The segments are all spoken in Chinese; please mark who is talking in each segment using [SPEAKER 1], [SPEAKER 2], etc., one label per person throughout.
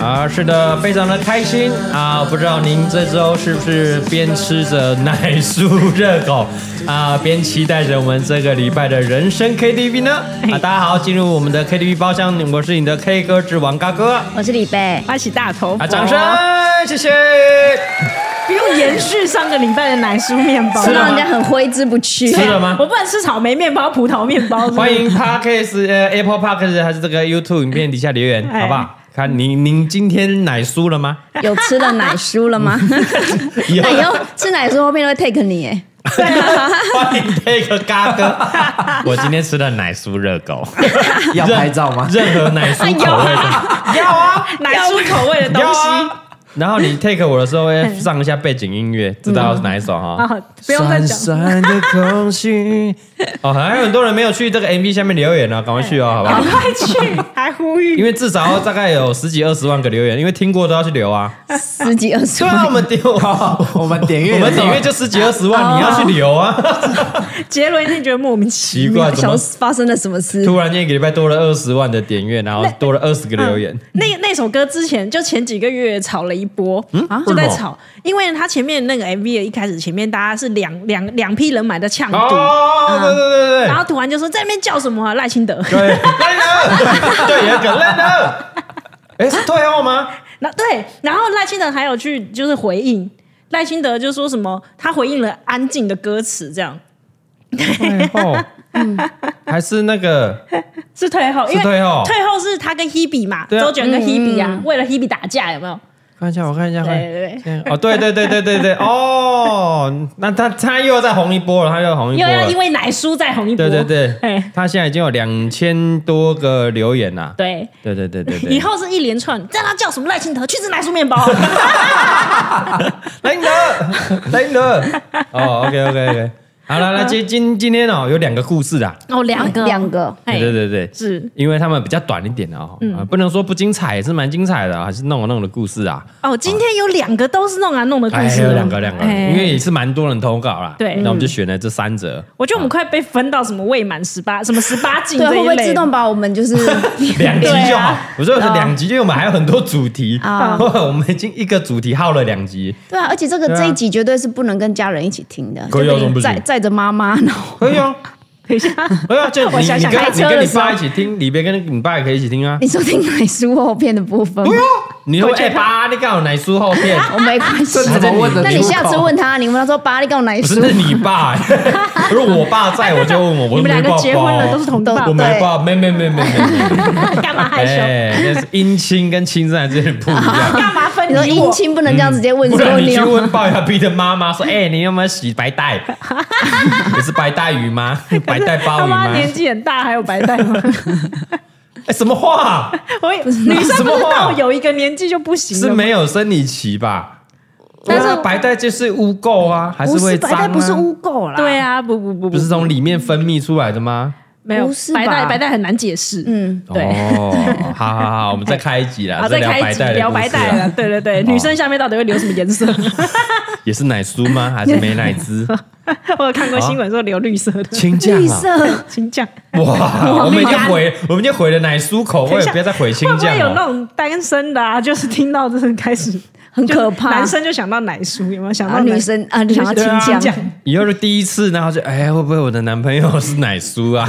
[SPEAKER 1] 啊，是的，非常的开心啊！不知道您这周是不是边吃着奶酥热狗啊，边期待着我们这个礼拜的人生 KTV 呢？啊，大家好，进入我们的 KTV 包厢，我是你的 K 歌之王嘎哥啊，
[SPEAKER 2] 我是李贝，
[SPEAKER 3] 发起大头佛
[SPEAKER 1] 掌声，谢谢。
[SPEAKER 3] 不用延续上个礼拜的奶酥面包，
[SPEAKER 1] 吃了
[SPEAKER 2] 让人
[SPEAKER 1] 吗
[SPEAKER 2] 家很挥之不去。
[SPEAKER 1] 吃了吗
[SPEAKER 3] 我不能吃草莓面包、葡萄面包。
[SPEAKER 1] 欢迎 Parkes 呃 Apple Parkes 还是这个 YouTube 影片底下留言，
[SPEAKER 3] 哎
[SPEAKER 1] 好不好？看您您今天奶酥了吗？
[SPEAKER 2] 有吃了奶酥 了吗？那以后吃奶酥后面会 take 你哎，
[SPEAKER 1] 欢迎 Take 嘎 哥，我今天吃的奶酥热狗。
[SPEAKER 4] 要拍照吗？
[SPEAKER 1] 任何奶酥口味 的
[SPEAKER 3] 要啊， 奶酥口味的东
[SPEAKER 1] 要
[SPEAKER 3] 西
[SPEAKER 1] 啊。 然后你 take 我的时候会上一下背景音乐，知道哪一首哈？
[SPEAKER 3] 啊，不用再讲。
[SPEAKER 4] 酸酸的空虚，
[SPEAKER 1] 哦，还有很多人没有去这个 MV 下面留言呢，赶快去哦，好不好
[SPEAKER 3] 赶？快去，还呼吁
[SPEAKER 1] 因为至少大概有十几二十万个留言，因为听过都要去留啊。
[SPEAKER 2] 十几二十
[SPEAKER 1] 对啊，我们点我
[SPEAKER 4] 我们点阅，
[SPEAKER 1] 我们点阅就十几二十
[SPEAKER 3] 哦
[SPEAKER 1] 万，你要去留啊？
[SPEAKER 3] 杰伦一定觉得莫名
[SPEAKER 1] 奇
[SPEAKER 3] 其
[SPEAKER 1] 怪，
[SPEAKER 2] 秒，
[SPEAKER 1] 怎
[SPEAKER 2] 小
[SPEAKER 1] 么
[SPEAKER 2] 发生了什么事？
[SPEAKER 1] 突然间一个礼拜多了二十万的点阅，然后多了二十个
[SPEAKER 3] 妙。
[SPEAKER 1] 留言？
[SPEAKER 3] 那那首歌之前就前几个月炒了一波，
[SPEAKER 1] 嗯为
[SPEAKER 3] 就在
[SPEAKER 1] 什么
[SPEAKER 3] 炒，因为他前面那个 MV 一开始前面大家是两两两批人买的呛赌，
[SPEAKER 1] 哦，对对对对
[SPEAKER 3] 然后突然就说在那边叫什么啊赖清德，
[SPEAKER 1] 对，烂了，对，有一个烂了。哎，是退后吗？
[SPEAKER 3] 那对，然后赖清德还有去就是回应，赖清德就说什么他回应了安静的歌词，这样
[SPEAKER 1] 退后，还是那个
[SPEAKER 3] 是退后，因
[SPEAKER 1] 是
[SPEAKER 3] 为
[SPEAKER 1] 退后。
[SPEAKER 3] 退后是他跟 Hebe 嘛，
[SPEAKER 1] 对啊
[SPEAKER 3] 周杰伦跟 Hebe 啊，
[SPEAKER 2] 嗯
[SPEAKER 3] 为了 Hebe 打架有没有？
[SPEAKER 1] 看一下，我看一下，看一
[SPEAKER 3] 对对
[SPEAKER 1] 下。哦，对对对对对对，哦，那他他又再红一波了，他又红
[SPEAKER 3] 对，
[SPEAKER 1] 一
[SPEAKER 3] 又
[SPEAKER 1] 波
[SPEAKER 3] 要因
[SPEAKER 1] 了。
[SPEAKER 3] 为奶叔再红一波，
[SPEAKER 1] 对对对
[SPEAKER 3] 哎，
[SPEAKER 1] 他现在已经有两千多个留言啦。
[SPEAKER 3] 对。
[SPEAKER 1] 对对对对对，
[SPEAKER 3] 以后是一连串，让他叫什么赖清德去吃奶酥面包，啊
[SPEAKER 1] 来你的，来你的。哦，OK OK OK，好了，那今今今天哦有两个故事啊，
[SPEAKER 3] 哦，两个
[SPEAKER 2] 两，个，
[SPEAKER 3] 哎
[SPEAKER 1] 对对对对，
[SPEAKER 3] 是
[SPEAKER 1] 因为他们比较短一点的哦，
[SPEAKER 3] 嗯
[SPEAKER 1] 啊不能说不精彩，也是蛮精彩的啊，还是弄了弄的故事啊。
[SPEAKER 3] 哦，今天有两个都是弄啊弄的故
[SPEAKER 1] 哎，
[SPEAKER 3] 事，
[SPEAKER 1] 有两个两个，
[SPEAKER 3] 哎
[SPEAKER 1] 因为也是蛮多人投稿啦。
[SPEAKER 3] 对嗯
[SPEAKER 1] 那我们就选了这三则，
[SPEAKER 3] 我觉得我们快被分到什么未满十八、什么十八 禁
[SPEAKER 2] 对，
[SPEAKER 3] 这
[SPEAKER 2] 会
[SPEAKER 3] 一
[SPEAKER 2] 不会
[SPEAKER 3] 类
[SPEAKER 2] 自
[SPEAKER 3] 的
[SPEAKER 2] 动把我们就是
[SPEAKER 1] 两集
[SPEAKER 3] 对
[SPEAKER 1] 就好
[SPEAKER 3] 啊。
[SPEAKER 1] 我说是两集，因为我们还有很多主题，
[SPEAKER 2] 啊
[SPEAKER 1] 我们已经一个主题耗了两集，
[SPEAKER 2] 对啊，而且这个
[SPEAKER 1] 对啊
[SPEAKER 2] 这一集绝对是不能跟家人一起听的，
[SPEAKER 1] 可以啊
[SPEAKER 2] 就
[SPEAKER 1] 怎么
[SPEAKER 2] 你
[SPEAKER 1] 不行
[SPEAKER 2] 载载着妈妈，然后
[SPEAKER 1] 可以啊，
[SPEAKER 3] 等一下，
[SPEAKER 1] 对啊，就你
[SPEAKER 3] 我
[SPEAKER 1] 你
[SPEAKER 3] 想
[SPEAKER 1] 跟
[SPEAKER 3] 想开
[SPEAKER 1] 你
[SPEAKER 2] 车
[SPEAKER 1] 跟
[SPEAKER 2] 的
[SPEAKER 1] 你
[SPEAKER 2] 时候
[SPEAKER 1] 爸一起听，里边跟你爸也可以一起听啊。
[SPEAKER 3] 哎
[SPEAKER 2] 你收听奶酥后片的部分吗，
[SPEAKER 1] 你说
[SPEAKER 3] 我觉
[SPEAKER 1] 哎
[SPEAKER 3] 得
[SPEAKER 1] 爸，你刚好奶书后 片，
[SPEAKER 2] 我没关系
[SPEAKER 4] 这。怎么问的？
[SPEAKER 2] 那你下次问他，你问他说：“爸，你给我奶
[SPEAKER 1] 不是
[SPEAKER 2] 酥
[SPEAKER 1] 那是你 爸，如果我爸在，我就问我，我
[SPEAKER 3] 你们
[SPEAKER 1] 没
[SPEAKER 3] 两
[SPEAKER 1] 爸
[SPEAKER 3] 个
[SPEAKER 1] 爸
[SPEAKER 3] 结婚了
[SPEAKER 1] 哦
[SPEAKER 3] 都是同
[SPEAKER 2] 都
[SPEAKER 3] 道
[SPEAKER 1] 我，没爸，没没没没没。没
[SPEAKER 3] 干嘛害羞？
[SPEAKER 1] 哎，那是姻亲跟亲生还是有点不 一样。
[SPEAKER 3] 干嘛分？
[SPEAKER 2] 你说姻亲不能这样直接问
[SPEAKER 1] 不
[SPEAKER 2] 说
[SPEAKER 1] 然你去
[SPEAKER 2] 有
[SPEAKER 1] 问龅牙逼的妈妈说：“哎、你有没有洗白带？ 你是白带鱼吗？ 白带
[SPEAKER 3] 他
[SPEAKER 1] 鲍鱼吗
[SPEAKER 3] 妈？年纪很大，还有白带吗？
[SPEAKER 1] 哎、什么话？
[SPEAKER 3] 我以女生
[SPEAKER 1] 什
[SPEAKER 3] 不
[SPEAKER 1] 么
[SPEAKER 3] 是
[SPEAKER 1] 话
[SPEAKER 3] 到有一个年纪就不行
[SPEAKER 1] 是
[SPEAKER 3] 了吗？
[SPEAKER 1] 没有生理期吧？
[SPEAKER 3] 但是
[SPEAKER 1] 对啊白带就是污垢啊，还是
[SPEAKER 2] 不
[SPEAKER 1] 会
[SPEAKER 2] 是白
[SPEAKER 1] 脏、啊？
[SPEAKER 2] 带，不是污垢啦。
[SPEAKER 3] 对，啊，不不不
[SPEAKER 1] 不是从里面分泌出来的吗？
[SPEAKER 3] 没有
[SPEAKER 2] 不是吧
[SPEAKER 3] 白带，白带很难解释。
[SPEAKER 2] 嗯，
[SPEAKER 3] 对
[SPEAKER 1] 哦，好好好，我们再开一集啦，
[SPEAKER 3] 好，再
[SPEAKER 1] 聊
[SPEAKER 3] 开
[SPEAKER 1] 白
[SPEAKER 3] 一集
[SPEAKER 1] 带的
[SPEAKER 3] 聊
[SPEAKER 1] 故事
[SPEAKER 3] 白带
[SPEAKER 1] 啊
[SPEAKER 3] 了，对对对，女生下面到底会流什么颜色？
[SPEAKER 1] 也是奶酥吗？还是没奶 汁？
[SPEAKER 3] 我有看过新闻说流绿色的，
[SPEAKER 1] 青酱
[SPEAKER 2] 绿
[SPEAKER 1] 啊！
[SPEAKER 2] 色
[SPEAKER 3] 请讲，
[SPEAKER 1] 哇，我们已经毁，我们已经毁了奶酥口
[SPEAKER 3] 等
[SPEAKER 1] 味
[SPEAKER 3] 一，下
[SPEAKER 1] 不要再毁青
[SPEAKER 3] 会不
[SPEAKER 1] 酱
[SPEAKER 3] 会有那
[SPEAKER 1] 了。
[SPEAKER 3] 种单身的啊？就是听到这个开始
[SPEAKER 2] 很可怕。
[SPEAKER 3] 男生就想到奶叔，有没有想
[SPEAKER 2] 然
[SPEAKER 3] 到
[SPEAKER 2] 后
[SPEAKER 3] 奶
[SPEAKER 2] 女？生啊，想要
[SPEAKER 3] 对啊
[SPEAKER 2] 亲
[SPEAKER 3] 讲
[SPEAKER 2] 讲，
[SPEAKER 1] 以后是第一次，然后就哎，会不会我的男朋友是奶叔 啊？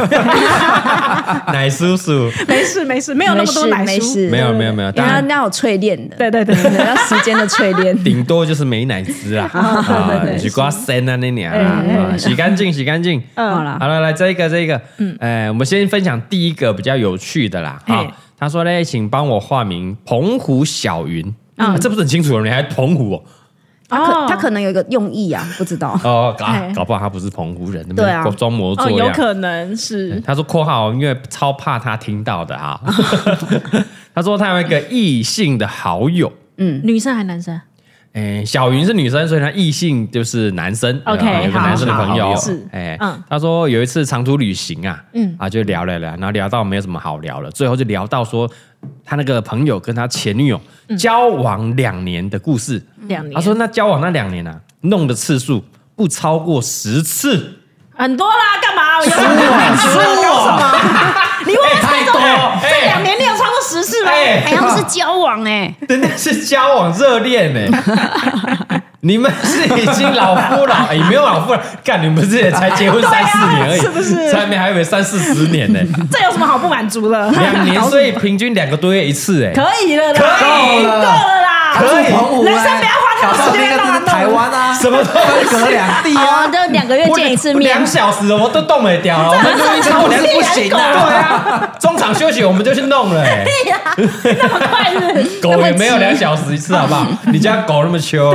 [SPEAKER 1] 奶叔叔，
[SPEAKER 3] 没事没啊事，没有那
[SPEAKER 2] 没
[SPEAKER 3] 么多
[SPEAKER 2] 事
[SPEAKER 3] 奶
[SPEAKER 2] 没
[SPEAKER 3] 叔。
[SPEAKER 2] 事，
[SPEAKER 1] 没有没有没有，
[SPEAKER 2] 因
[SPEAKER 1] 当
[SPEAKER 2] 为要
[SPEAKER 1] 然。
[SPEAKER 2] 要有淬炼的，
[SPEAKER 3] 对对对，
[SPEAKER 2] 对，要时间的淬炼
[SPEAKER 1] 顶多就是没奶汁 啦，啊，
[SPEAKER 3] 对哎
[SPEAKER 1] 洗瓜身啊那俩啊，洗干净洗干净。
[SPEAKER 3] 嗯
[SPEAKER 2] 好啦
[SPEAKER 1] 好了，来这一个这一个，嗯，哎，我们先分享第一个比较有趣的啦。啊
[SPEAKER 3] 嘿，
[SPEAKER 1] 他说嘞，请帮我化名澎湖小云。
[SPEAKER 3] 嗯
[SPEAKER 1] 啊，这不是很清楚了？你还澎湖哦？
[SPEAKER 2] 他可
[SPEAKER 3] 哦
[SPEAKER 2] 他可能有一个用意啊，不知道。
[SPEAKER 1] 哦，搞
[SPEAKER 3] 哎
[SPEAKER 1] 搞不好他不是澎湖人，那
[SPEAKER 2] 对啊
[SPEAKER 1] 边装模
[SPEAKER 3] 哦，
[SPEAKER 1] 作
[SPEAKER 3] 有
[SPEAKER 1] 样。
[SPEAKER 3] 可能是
[SPEAKER 1] 他说（括号）因为超怕他听到的啊。 他说他有一个异性的好友，
[SPEAKER 3] 女生还男生？
[SPEAKER 1] 哎、小云是女生，所以她异性就是男生。
[SPEAKER 3] OK，
[SPEAKER 1] 呃有个
[SPEAKER 3] 好
[SPEAKER 1] 男生的朋友
[SPEAKER 3] 好是
[SPEAKER 1] 哎、
[SPEAKER 3] 嗯
[SPEAKER 1] 他说有一次长途旅行啊，嗯啊就聊了聊，然后聊到没有什么好聊了，最后就聊到说他那个朋友跟他前女友交往两年的故事。
[SPEAKER 3] 嗯两年？
[SPEAKER 1] 他啊说那交往那两年啊，弄的次数不超过十次。
[SPEAKER 3] 很多啦，干嘛？我有
[SPEAKER 1] 输了，
[SPEAKER 3] 你问我什么？你问我
[SPEAKER 1] 太多了，哎
[SPEAKER 3] 这两年你有超过时事吗？
[SPEAKER 1] 哎、
[SPEAKER 2] 哎，他们是交往哎，
[SPEAKER 1] 人家是交往热恋呢，你们是已经老夫老哎、没有老夫老，干你们这也才结婚三四年而已，
[SPEAKER 3] 是不是
[SPEAKER 1] 才没还以为三四十年呢，
[SPEAKER 3] 这有什么好不满足 了？
[SPEAKER 1] 两年所以平均两个多月一次哎，
[SPEAKER 3] 可以了啦，
[SPEAKER 1] 可以
[SPEAKER 3] 够了啦，
[SPEAKER 1] 可以
[SPEAKER 4] 住澎湖欸
[SPEAKER 3] 人生不要花太
[SPEAKER 4] 搞
[SPEAKER 3] 多
[SPEAKER 4] 到
[SPEAKER 3] 时
[SPEAKER 4] 那
[SPEAKER 3] 间
[SPEAKER 4] 个
[SPEAKER 3] 乱
[SPEAKER 4] 是
[SPEAKER 3] 弄
[SPEAKER 4] 台湾啊，
[SPEAKER 1] 什么都
[SPEAKER 4] 分隔两地啊
[SPEAKER 2] 哦，， 就两个月见一次面
[SPEAKER 1] 两，小时我都动了掉了，我们录音超
[SPEAKER 4] 我
[SPEAKER 1] 两
[SPEAKER 4] 是不
[SPEAKER 1] 对
[SPEAKER 4] 行的。
[SPEAKER 1] 啊，中场休息我们就去弄了、哎
[SPEAKER 3] 那么快是
[SPEAKER 1] 狗也没有两小时一次，好不 好？你家狗那么秋、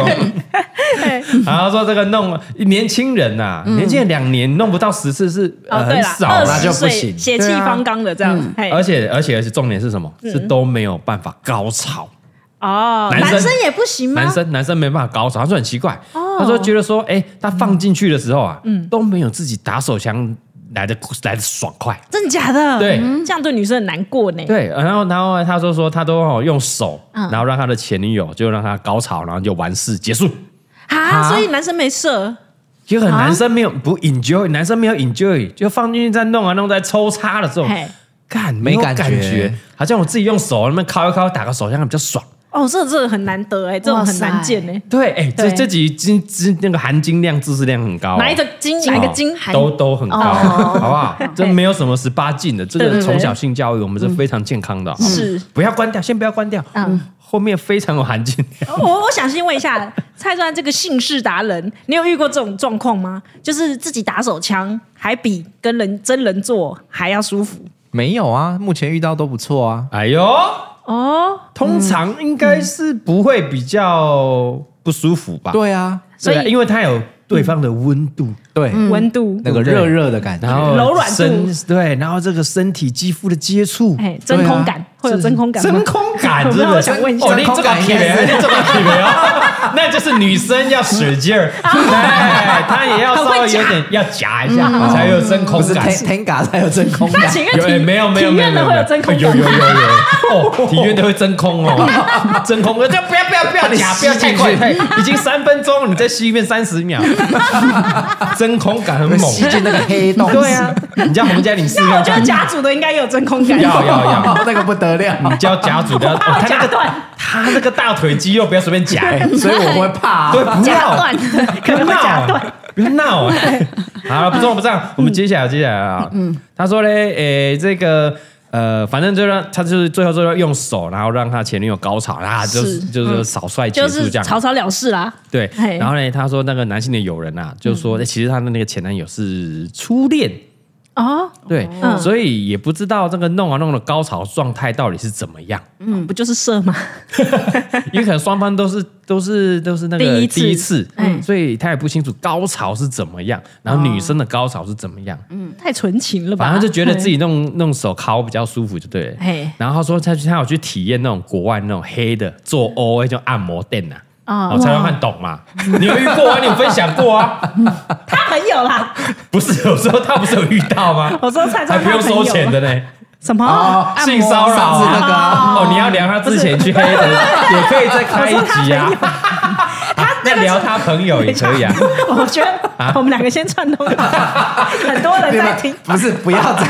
[SPEAKER 1] 然后说这个弄年轻人呐、年轻人两年弄不到十次是、呃
[SPEAKER 3] 哦，对
[SPEAKER 1] 很
[SPEAKER 3] 啦，
[SPEAKER 1] 少
[SPEAKER 3] 二
[SPEAKER 1] 啦，
[SPEAKER 3] 十
[SPEAKER 4] 就不
[SPEAKER 3] 岁
[SPEAKER 4] 行
[SPEAKER 3] 血气
[SPEAKER 4] 对啊
[SPEAKER 3] 方刚欸的这样，嘿
[SPEAKER 1] 嗯而且而且而且重点是什么？是都没有办法高潮。
[SPEAKER 3] 哦，
[SPEAKER 1] 男生
[SPEAKER 3] 男生也不行吗？
[SPEAKER 1] 男生男生没办法高潮，他说很奇怪，
[SPEAKER 3] 哦嗯
[SPEAKER 1] 他说觉得说，哎，他放进去的时候啊，都没有自己打手枪来的来的爽快。
[SPEAKER 3] 真的假的？
[SPEAKER 1] 对
[SPEAKER 3] 嗯这样对女生很难过呢。
[SPEAKER 1] 对，然后然后他说说他都哦用手，
[SPEAKER 3] 嗯
[SPEAKER 1] 然后让他的前女友就让他高潮，然后就完事结束。
[SPEAKER 3] 啊，所以男生没射，
[SPEAKER 1] 哦结果
[SPEAKER 3] 啊
[SPEAKER 1] 男生没有不 enjoy，男生没有 enjoy，就放进去再弄啊弄再抽插的这种，
[SPEAKER 3] 嘿，
[SPEAKER 1] 干没有
[SPEAKER 4] 没感
[SPEAKER 1] 感
[SPEAKER 4] 觉
[SPEAKER 1] 觉，好像我自己用手那么敲一敲打个手枪比较爽。
[SPEAKER 3] 哦，这这很难得哎，这种很难见呢。
[SPEAKER 1] 对，哎、这
[SPEAKER 3] 对
[SPEAKER 1] 这集金金那个含金量、知识量很高、
[SPEAKER 3] 哪一个金，哪一个金
[SPEAKER 1] 哦，都都很高， 好不好？这没有什么十八禁的，这
[SPEAKER 3] 对
[SPEAKER 1] 个
[SPEAKER 3] 对对嗯
[SPEAKER 1] 从小性教育我们是非常健康的，好不好
[SPEAKER 3] 是
[SPEAKER 1] 不要关掉，先不要关掉，嗯，后面非常有含金量。
[SPEAKER 3] 哦我我想先问一下 蔡传这个姓氏达人，你有遇过这种状况吗？就是自己打手枪还比跟人真人做还要舒服
[SPEAKER 4] 没有啊，目前遇到都不错啊。
[SPEAKER 1] 哎呦，
[SPEAKER 3] 哦，
[SPEAKER 1] 通常应该是不会比较不舒服吧？
[SPEAKER 4] 对啊，
[SPEAKER 1] 对啊，
[SPEAKER 3] 所以
[SPEAKER 1] 因为它有对方的温度，
[SPEAKER 4] 对，
[SPEAKER 3] 温度
[SPEAKER 1] 嗯
[SPEAKER 4] 那个热热的感觉，
[SPEAKER 1] 然后
[SPEAKER 3] 嗯柔软度
[SPEAKER 1] 身，对，然后这个身体肌肤的接触，
[SPEAKER 3] 哎，真空感
[SPEAKER 1] 啊
[SPEAKER 3] 会有真空感吗
[SPEAKER 1] 真？空感，真
[SPEAKER 3] 那
[SPEAKER 1] 的。
[SPEAKER 3] 我想问一下
[SPEAKER 1] 哦，你这个体
[SPEAKER 4] 真空感应该
[SPEAKER 1] 面，
[SPEAKER 4] 是
[SPEAKER 1] 你这个体面哦， 那就是女生要使劲 儿，对，她也要稍微有点要夹一下，
[SPEAKER 3] 嗯
[SPEAKER 1] 才有真空
[SPEAKER 4] 不是
[SPEAKER 1] 感。
[SPEAKER 4] 天天嘎才有真空
[SPEAKER 3] 那
[SPEAKER 4] 感，
[SPEAKER 3] 请问
[SPEAKER 1] 有
[SPEAKER 3] 体
[SPEAKER 1] 哎没有没有
[SPEAKER 3] 体
[SPEAKER 1] 没有
[SPEAKER 3] 院
[SPEAKER 1] 没
[SPEAKER 3] 的
[SPEAKER 1] 有
[SPEAKER 3] 会有真空
[SPEAKER 1] 有
[SPEAKER 3] 感
[SPEAKER 1] 有
[SPEAKER 3] 吗？
[SPEAKER 1] 有有哦，体院的会真空 哦，真空的就不要不要不要夹，不要太快，太已经三分钟，你再吸一遍三十 秒，真空感很猛，
[SPEAKER 4] 吸进那个黑洞，
[SPEAKER 1] 对 啊，你叫洪嘉玲试
[SPEAKER 3] 那我
[SPEAKER 1] 看
[SPEAKER 3] 觉得
[SPEAKER 1] 看，
[SPEAKER 3] 甲组的应该也有真空感。
[SPEAKER 1] 要要要，
[SPEAKER 4] 那个不得了
[SPEAKER 1] 你，叫夹主不 要，哦
[SPEAKER 3] 怕我
[SPEAKER 1] 他那
[SPEAKER 3] 夹
[SPEAKER 1] 个
[SPEAKER 3] 断，
[SPEAKER 1] 他那个大腿肌肉不要随便夹，哎
[SPEAKER 4] 所以我会怕啊哦
[SPEAKER 1] 对，不
[SPEAKER 2] 夹
[SPEAKER 1] 要
[SPEAKER 2] 断，
[SPEAKER 1] 不要闹啊，不要闹啊！好了，不重要不重要，我们接下来接下来啊，他说嘞，诶，这个。呃，反正就让他就是最后最后用手，然后让他前女友高潮，然后就是
[SPEAKER 3] 是
[SPEAKER 1] 就是少帅结
[SPEAKER 3] 就
[SPEAKER 1] 束
[SPEAKER 3] 是
[SPEAKER 1] 这样，
[SPEAKER 3] 草草了事啦。
[SPEAKER 1] 对，
[SPEAKER 3] 嘿
[SPEAKER 1] 然后呢，他说那个男性的友人啊，就说、诶其实他的那个前男友是初恋，
[SPEAKER 3] 哦，
[SPEAKER 1] 对，
[SPEAKER 3] 嗯
[SPEAKER 1] 所以也不知道这个弄啊弄的高潮状态到底是怎么样，
[SPEAKER 3] 嗯，不就是射吗？
[SPEAKER 1] 因为可能双方都是都是都是那个第
[SPEAKER 3] 第一次
[SPEAKER 1] 一次
[SPEAKER 3] 嗯哦
[SPEAKER 1] 所以他也不清楚高潮是怎么样，然后女生的高潮是怎么样，
[SPEAKER 3] 嗯太纯情了吧？
[SPEAKER 1] 反正就觉得自己弄弄手敲比较舒服就对了。
[SPEAKER 3] 嗯嘿
[SPEAKER 1] 然后他说他去他有去体验那种国外那种黑的做 O A 就按摩店呐、
[SPEAKER 3] 哦
[SPEAKER 1] 啊，哦，才能看懂嘛。你有遇过啊？你有分享过啊？
[SPEAKER 3] 他很有啦。
[SPEAKER 1] 不是，有时候他不是有遇到吗？
[SPEAKER 3] 我说蔡
[SPEAKER 1] 还
[SPEAKER 3] 川
[SPEAKER 1] 不用收钱的呢。
[SPEAKER 3] 什么
[SPEAKER 4] 哦？
[SPEAKER 3] 按摩
[SPEAKER 1] 性骚扰
[SPEAKER 4] 上次那个啊
[SPEAKER 1] 哦，你要聊他之前去黑的，也可以再开一集啊。那聊他朋友也可以 啊。
[SPEAKER 3] 我觉得我们两个先串通 好，很多 人在听，
[SPEAKER 4] 不是不要在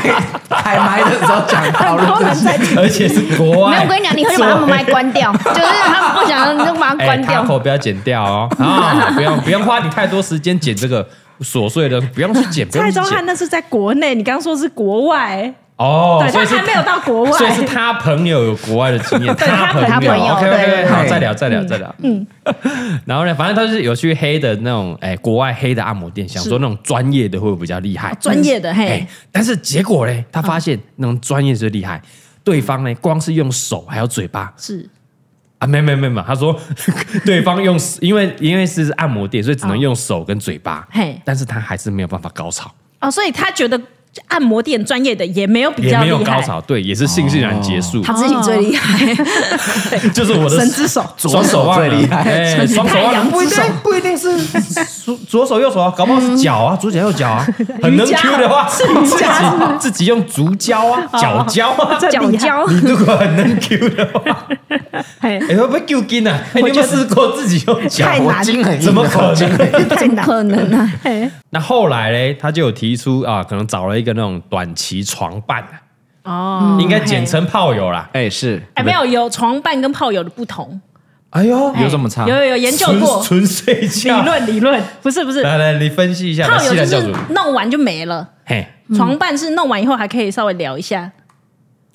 [SPEAKER 4] 开麦的时候讲讨
[SPEAKER 3] 很
[SPEAKER 4] 论
[SPEAKER 3] 多
[SPEAKER 4] 这
[SPEAKER 3] 人
[SPEAKER 4] 些
[SPEAKER 3] 在听。
[SPEAKER 1] 而且是国
[SPEAKER 2] 没
[SPEAKER 1] 外。
[SPEAKER 2] 有，我跟你讲，你以后就把他们麦关掉，就是他们不想要，你就把它
[SPEAKER 1] 哎
[SPEAKER 2] 关掉。
[SPEAKER 1] 口不要剪掉哦， 啊，不用不用花你太多时间剪这个琐碎的，不用去剪，不用
[SPEAKER 3] 蔡
[SPEAKER 1] 去
[SPEAKER 3] 宗翰
[SPEAKER 1] 剪。
[SPEAKER 3] 那是在国内，你刚刚说是国外，
[SPEAKER 1] 哦，
[SPEAKER 3] 对
[SPEAKER 1] 所
[SPEAKER 3] 他
[SPEAKER 1] 以是
[SPEAKER 3] 还没有到国外
[SPEAKER 1] 所。以是他朋友有国外的经验，
[SPEAKER 3] 对他
[SPEAKER 1] 朋
[SPEAKER 2] 他朋友
[SPEAKER 1] OK
[SPEAKER 2] 对
[SPEAKER 1] OK，
[SPEAKER 2] 对
[SPEAKER 1] 好，
[SPEAKER 4] 对
[SPEAKER 1] 再聊再聊再聊。嗯， 然后呢，反正他是有去黑的那种，哎，国外黑的按摩店，想说那种专业的会不会比较厉害？
[SPEAKER 3] 哦专业的嘿
[SPEAKER 1] 哎，但是结果呢，他发现那种专业最厉害，对方呢光是用手还有嘴巴
[SPEAKER 3] 是
[SPEAKER 1] 啊，没没没没，他说 对方用，因为因为是按摩店，所以只能用手跟嘴巴，
[SPEAKER 3] 嗯嘿
[SPEAKER 1] 但是他还是没有办法高潮，
[SPEAKER 3] 哦，所以他觉得按摩店专业的也没有比
[SPEAKER 1] 也
[SPEAKER 3] 较
[SPEAKER 1] 没有
[SPEAKER 3] 厉
[SPEAKER 1] 高
[SPEAKER 3] 害，哦
[SPEAKER 1] 潮，对，也是悻悻然结束，
[SPEAKER 2] 他自己最厉害，
[SPEAKER 1] 就是我的
[SPEAKER 3] 神之手
[SPEAKER 1] 双手腕啊
[SPEAKER 4] 最厉害
[SPEAKER 1] 哎双手
[SPEAKER 3] 太
[SPEAKER 1] 腕
[SPEAKER 3] 阳
[SPEAKER 1] 不一
[SPEAKER 3] 之
[SPEAKER 1] 定
[SPEAKER 3] 手
[SPEAKER 1] 不一定是左左手右手啊，搞不好是脚啊，左脚右 脚啊，很能
[SPEAKER 3] 嗯瑜哦伽
[SPEAKER 1] Q 的话，自己 自己用足胶啊、脚胶 啊，
[SPEAKER 3] 这
[SPEAKER 2] 脚
[SPEAKER 3] 厉 害
[SPEAKER 2] 胶。
[SPEAKER 1] 你如果很能 Q 的话，
[SPEAKER 3] 嘿
[SPEAKER 1] 哎，会不会 Q 筋啊？哎，你有没有试过自己用脚？啊
[SPEAKER 3] 太
[SPEAKER 4] 我
[SPEAKER 3] 难
[SPEAKER 4] 筋很硬，
[SPEAKER 1] 怎么可能？
[SPEAKER 2] 怎么可能呢、
[SPEAKER 3] 嘿
[SPEAKER 1] 那后来嘞，他就有提出啊，可能找了一个那种短期床伴啊，
[SPEAKER 3] 哦
[SPEAKER 1] 应该简称炮友啦。
[SPEAKER 4] 哎，是，
[SPEAKER 3] 哎，没有有床伴跟炮友的不同，
[SPEAKER 1] 哎呦，
[SPEAKER 4] 有这么差
[SPEAKER 3] 有有有研究过
[SPEAKER 1] 纯纯睡
[SPEAKER 3] 理
[SPEAKER 1] 觉。
[SPEAKER 3] 论理论，不是不是，
[SPEAKER 1] 来来，你分析一下，来
[SPEAKER 3] 炮
[SPEAKER 1] 西
[SPEAKER 3] 友就
[SPEAKER 1] 兰教
[SPEAKER 3] 是嗯
[SPEAKER 1] 主，
[SPEAKER 3] 弄完就没了，
[SPEAKER 1] 嘿，
[SPEAKER 3] 床伴是弄完以后还可以稍微聊一下，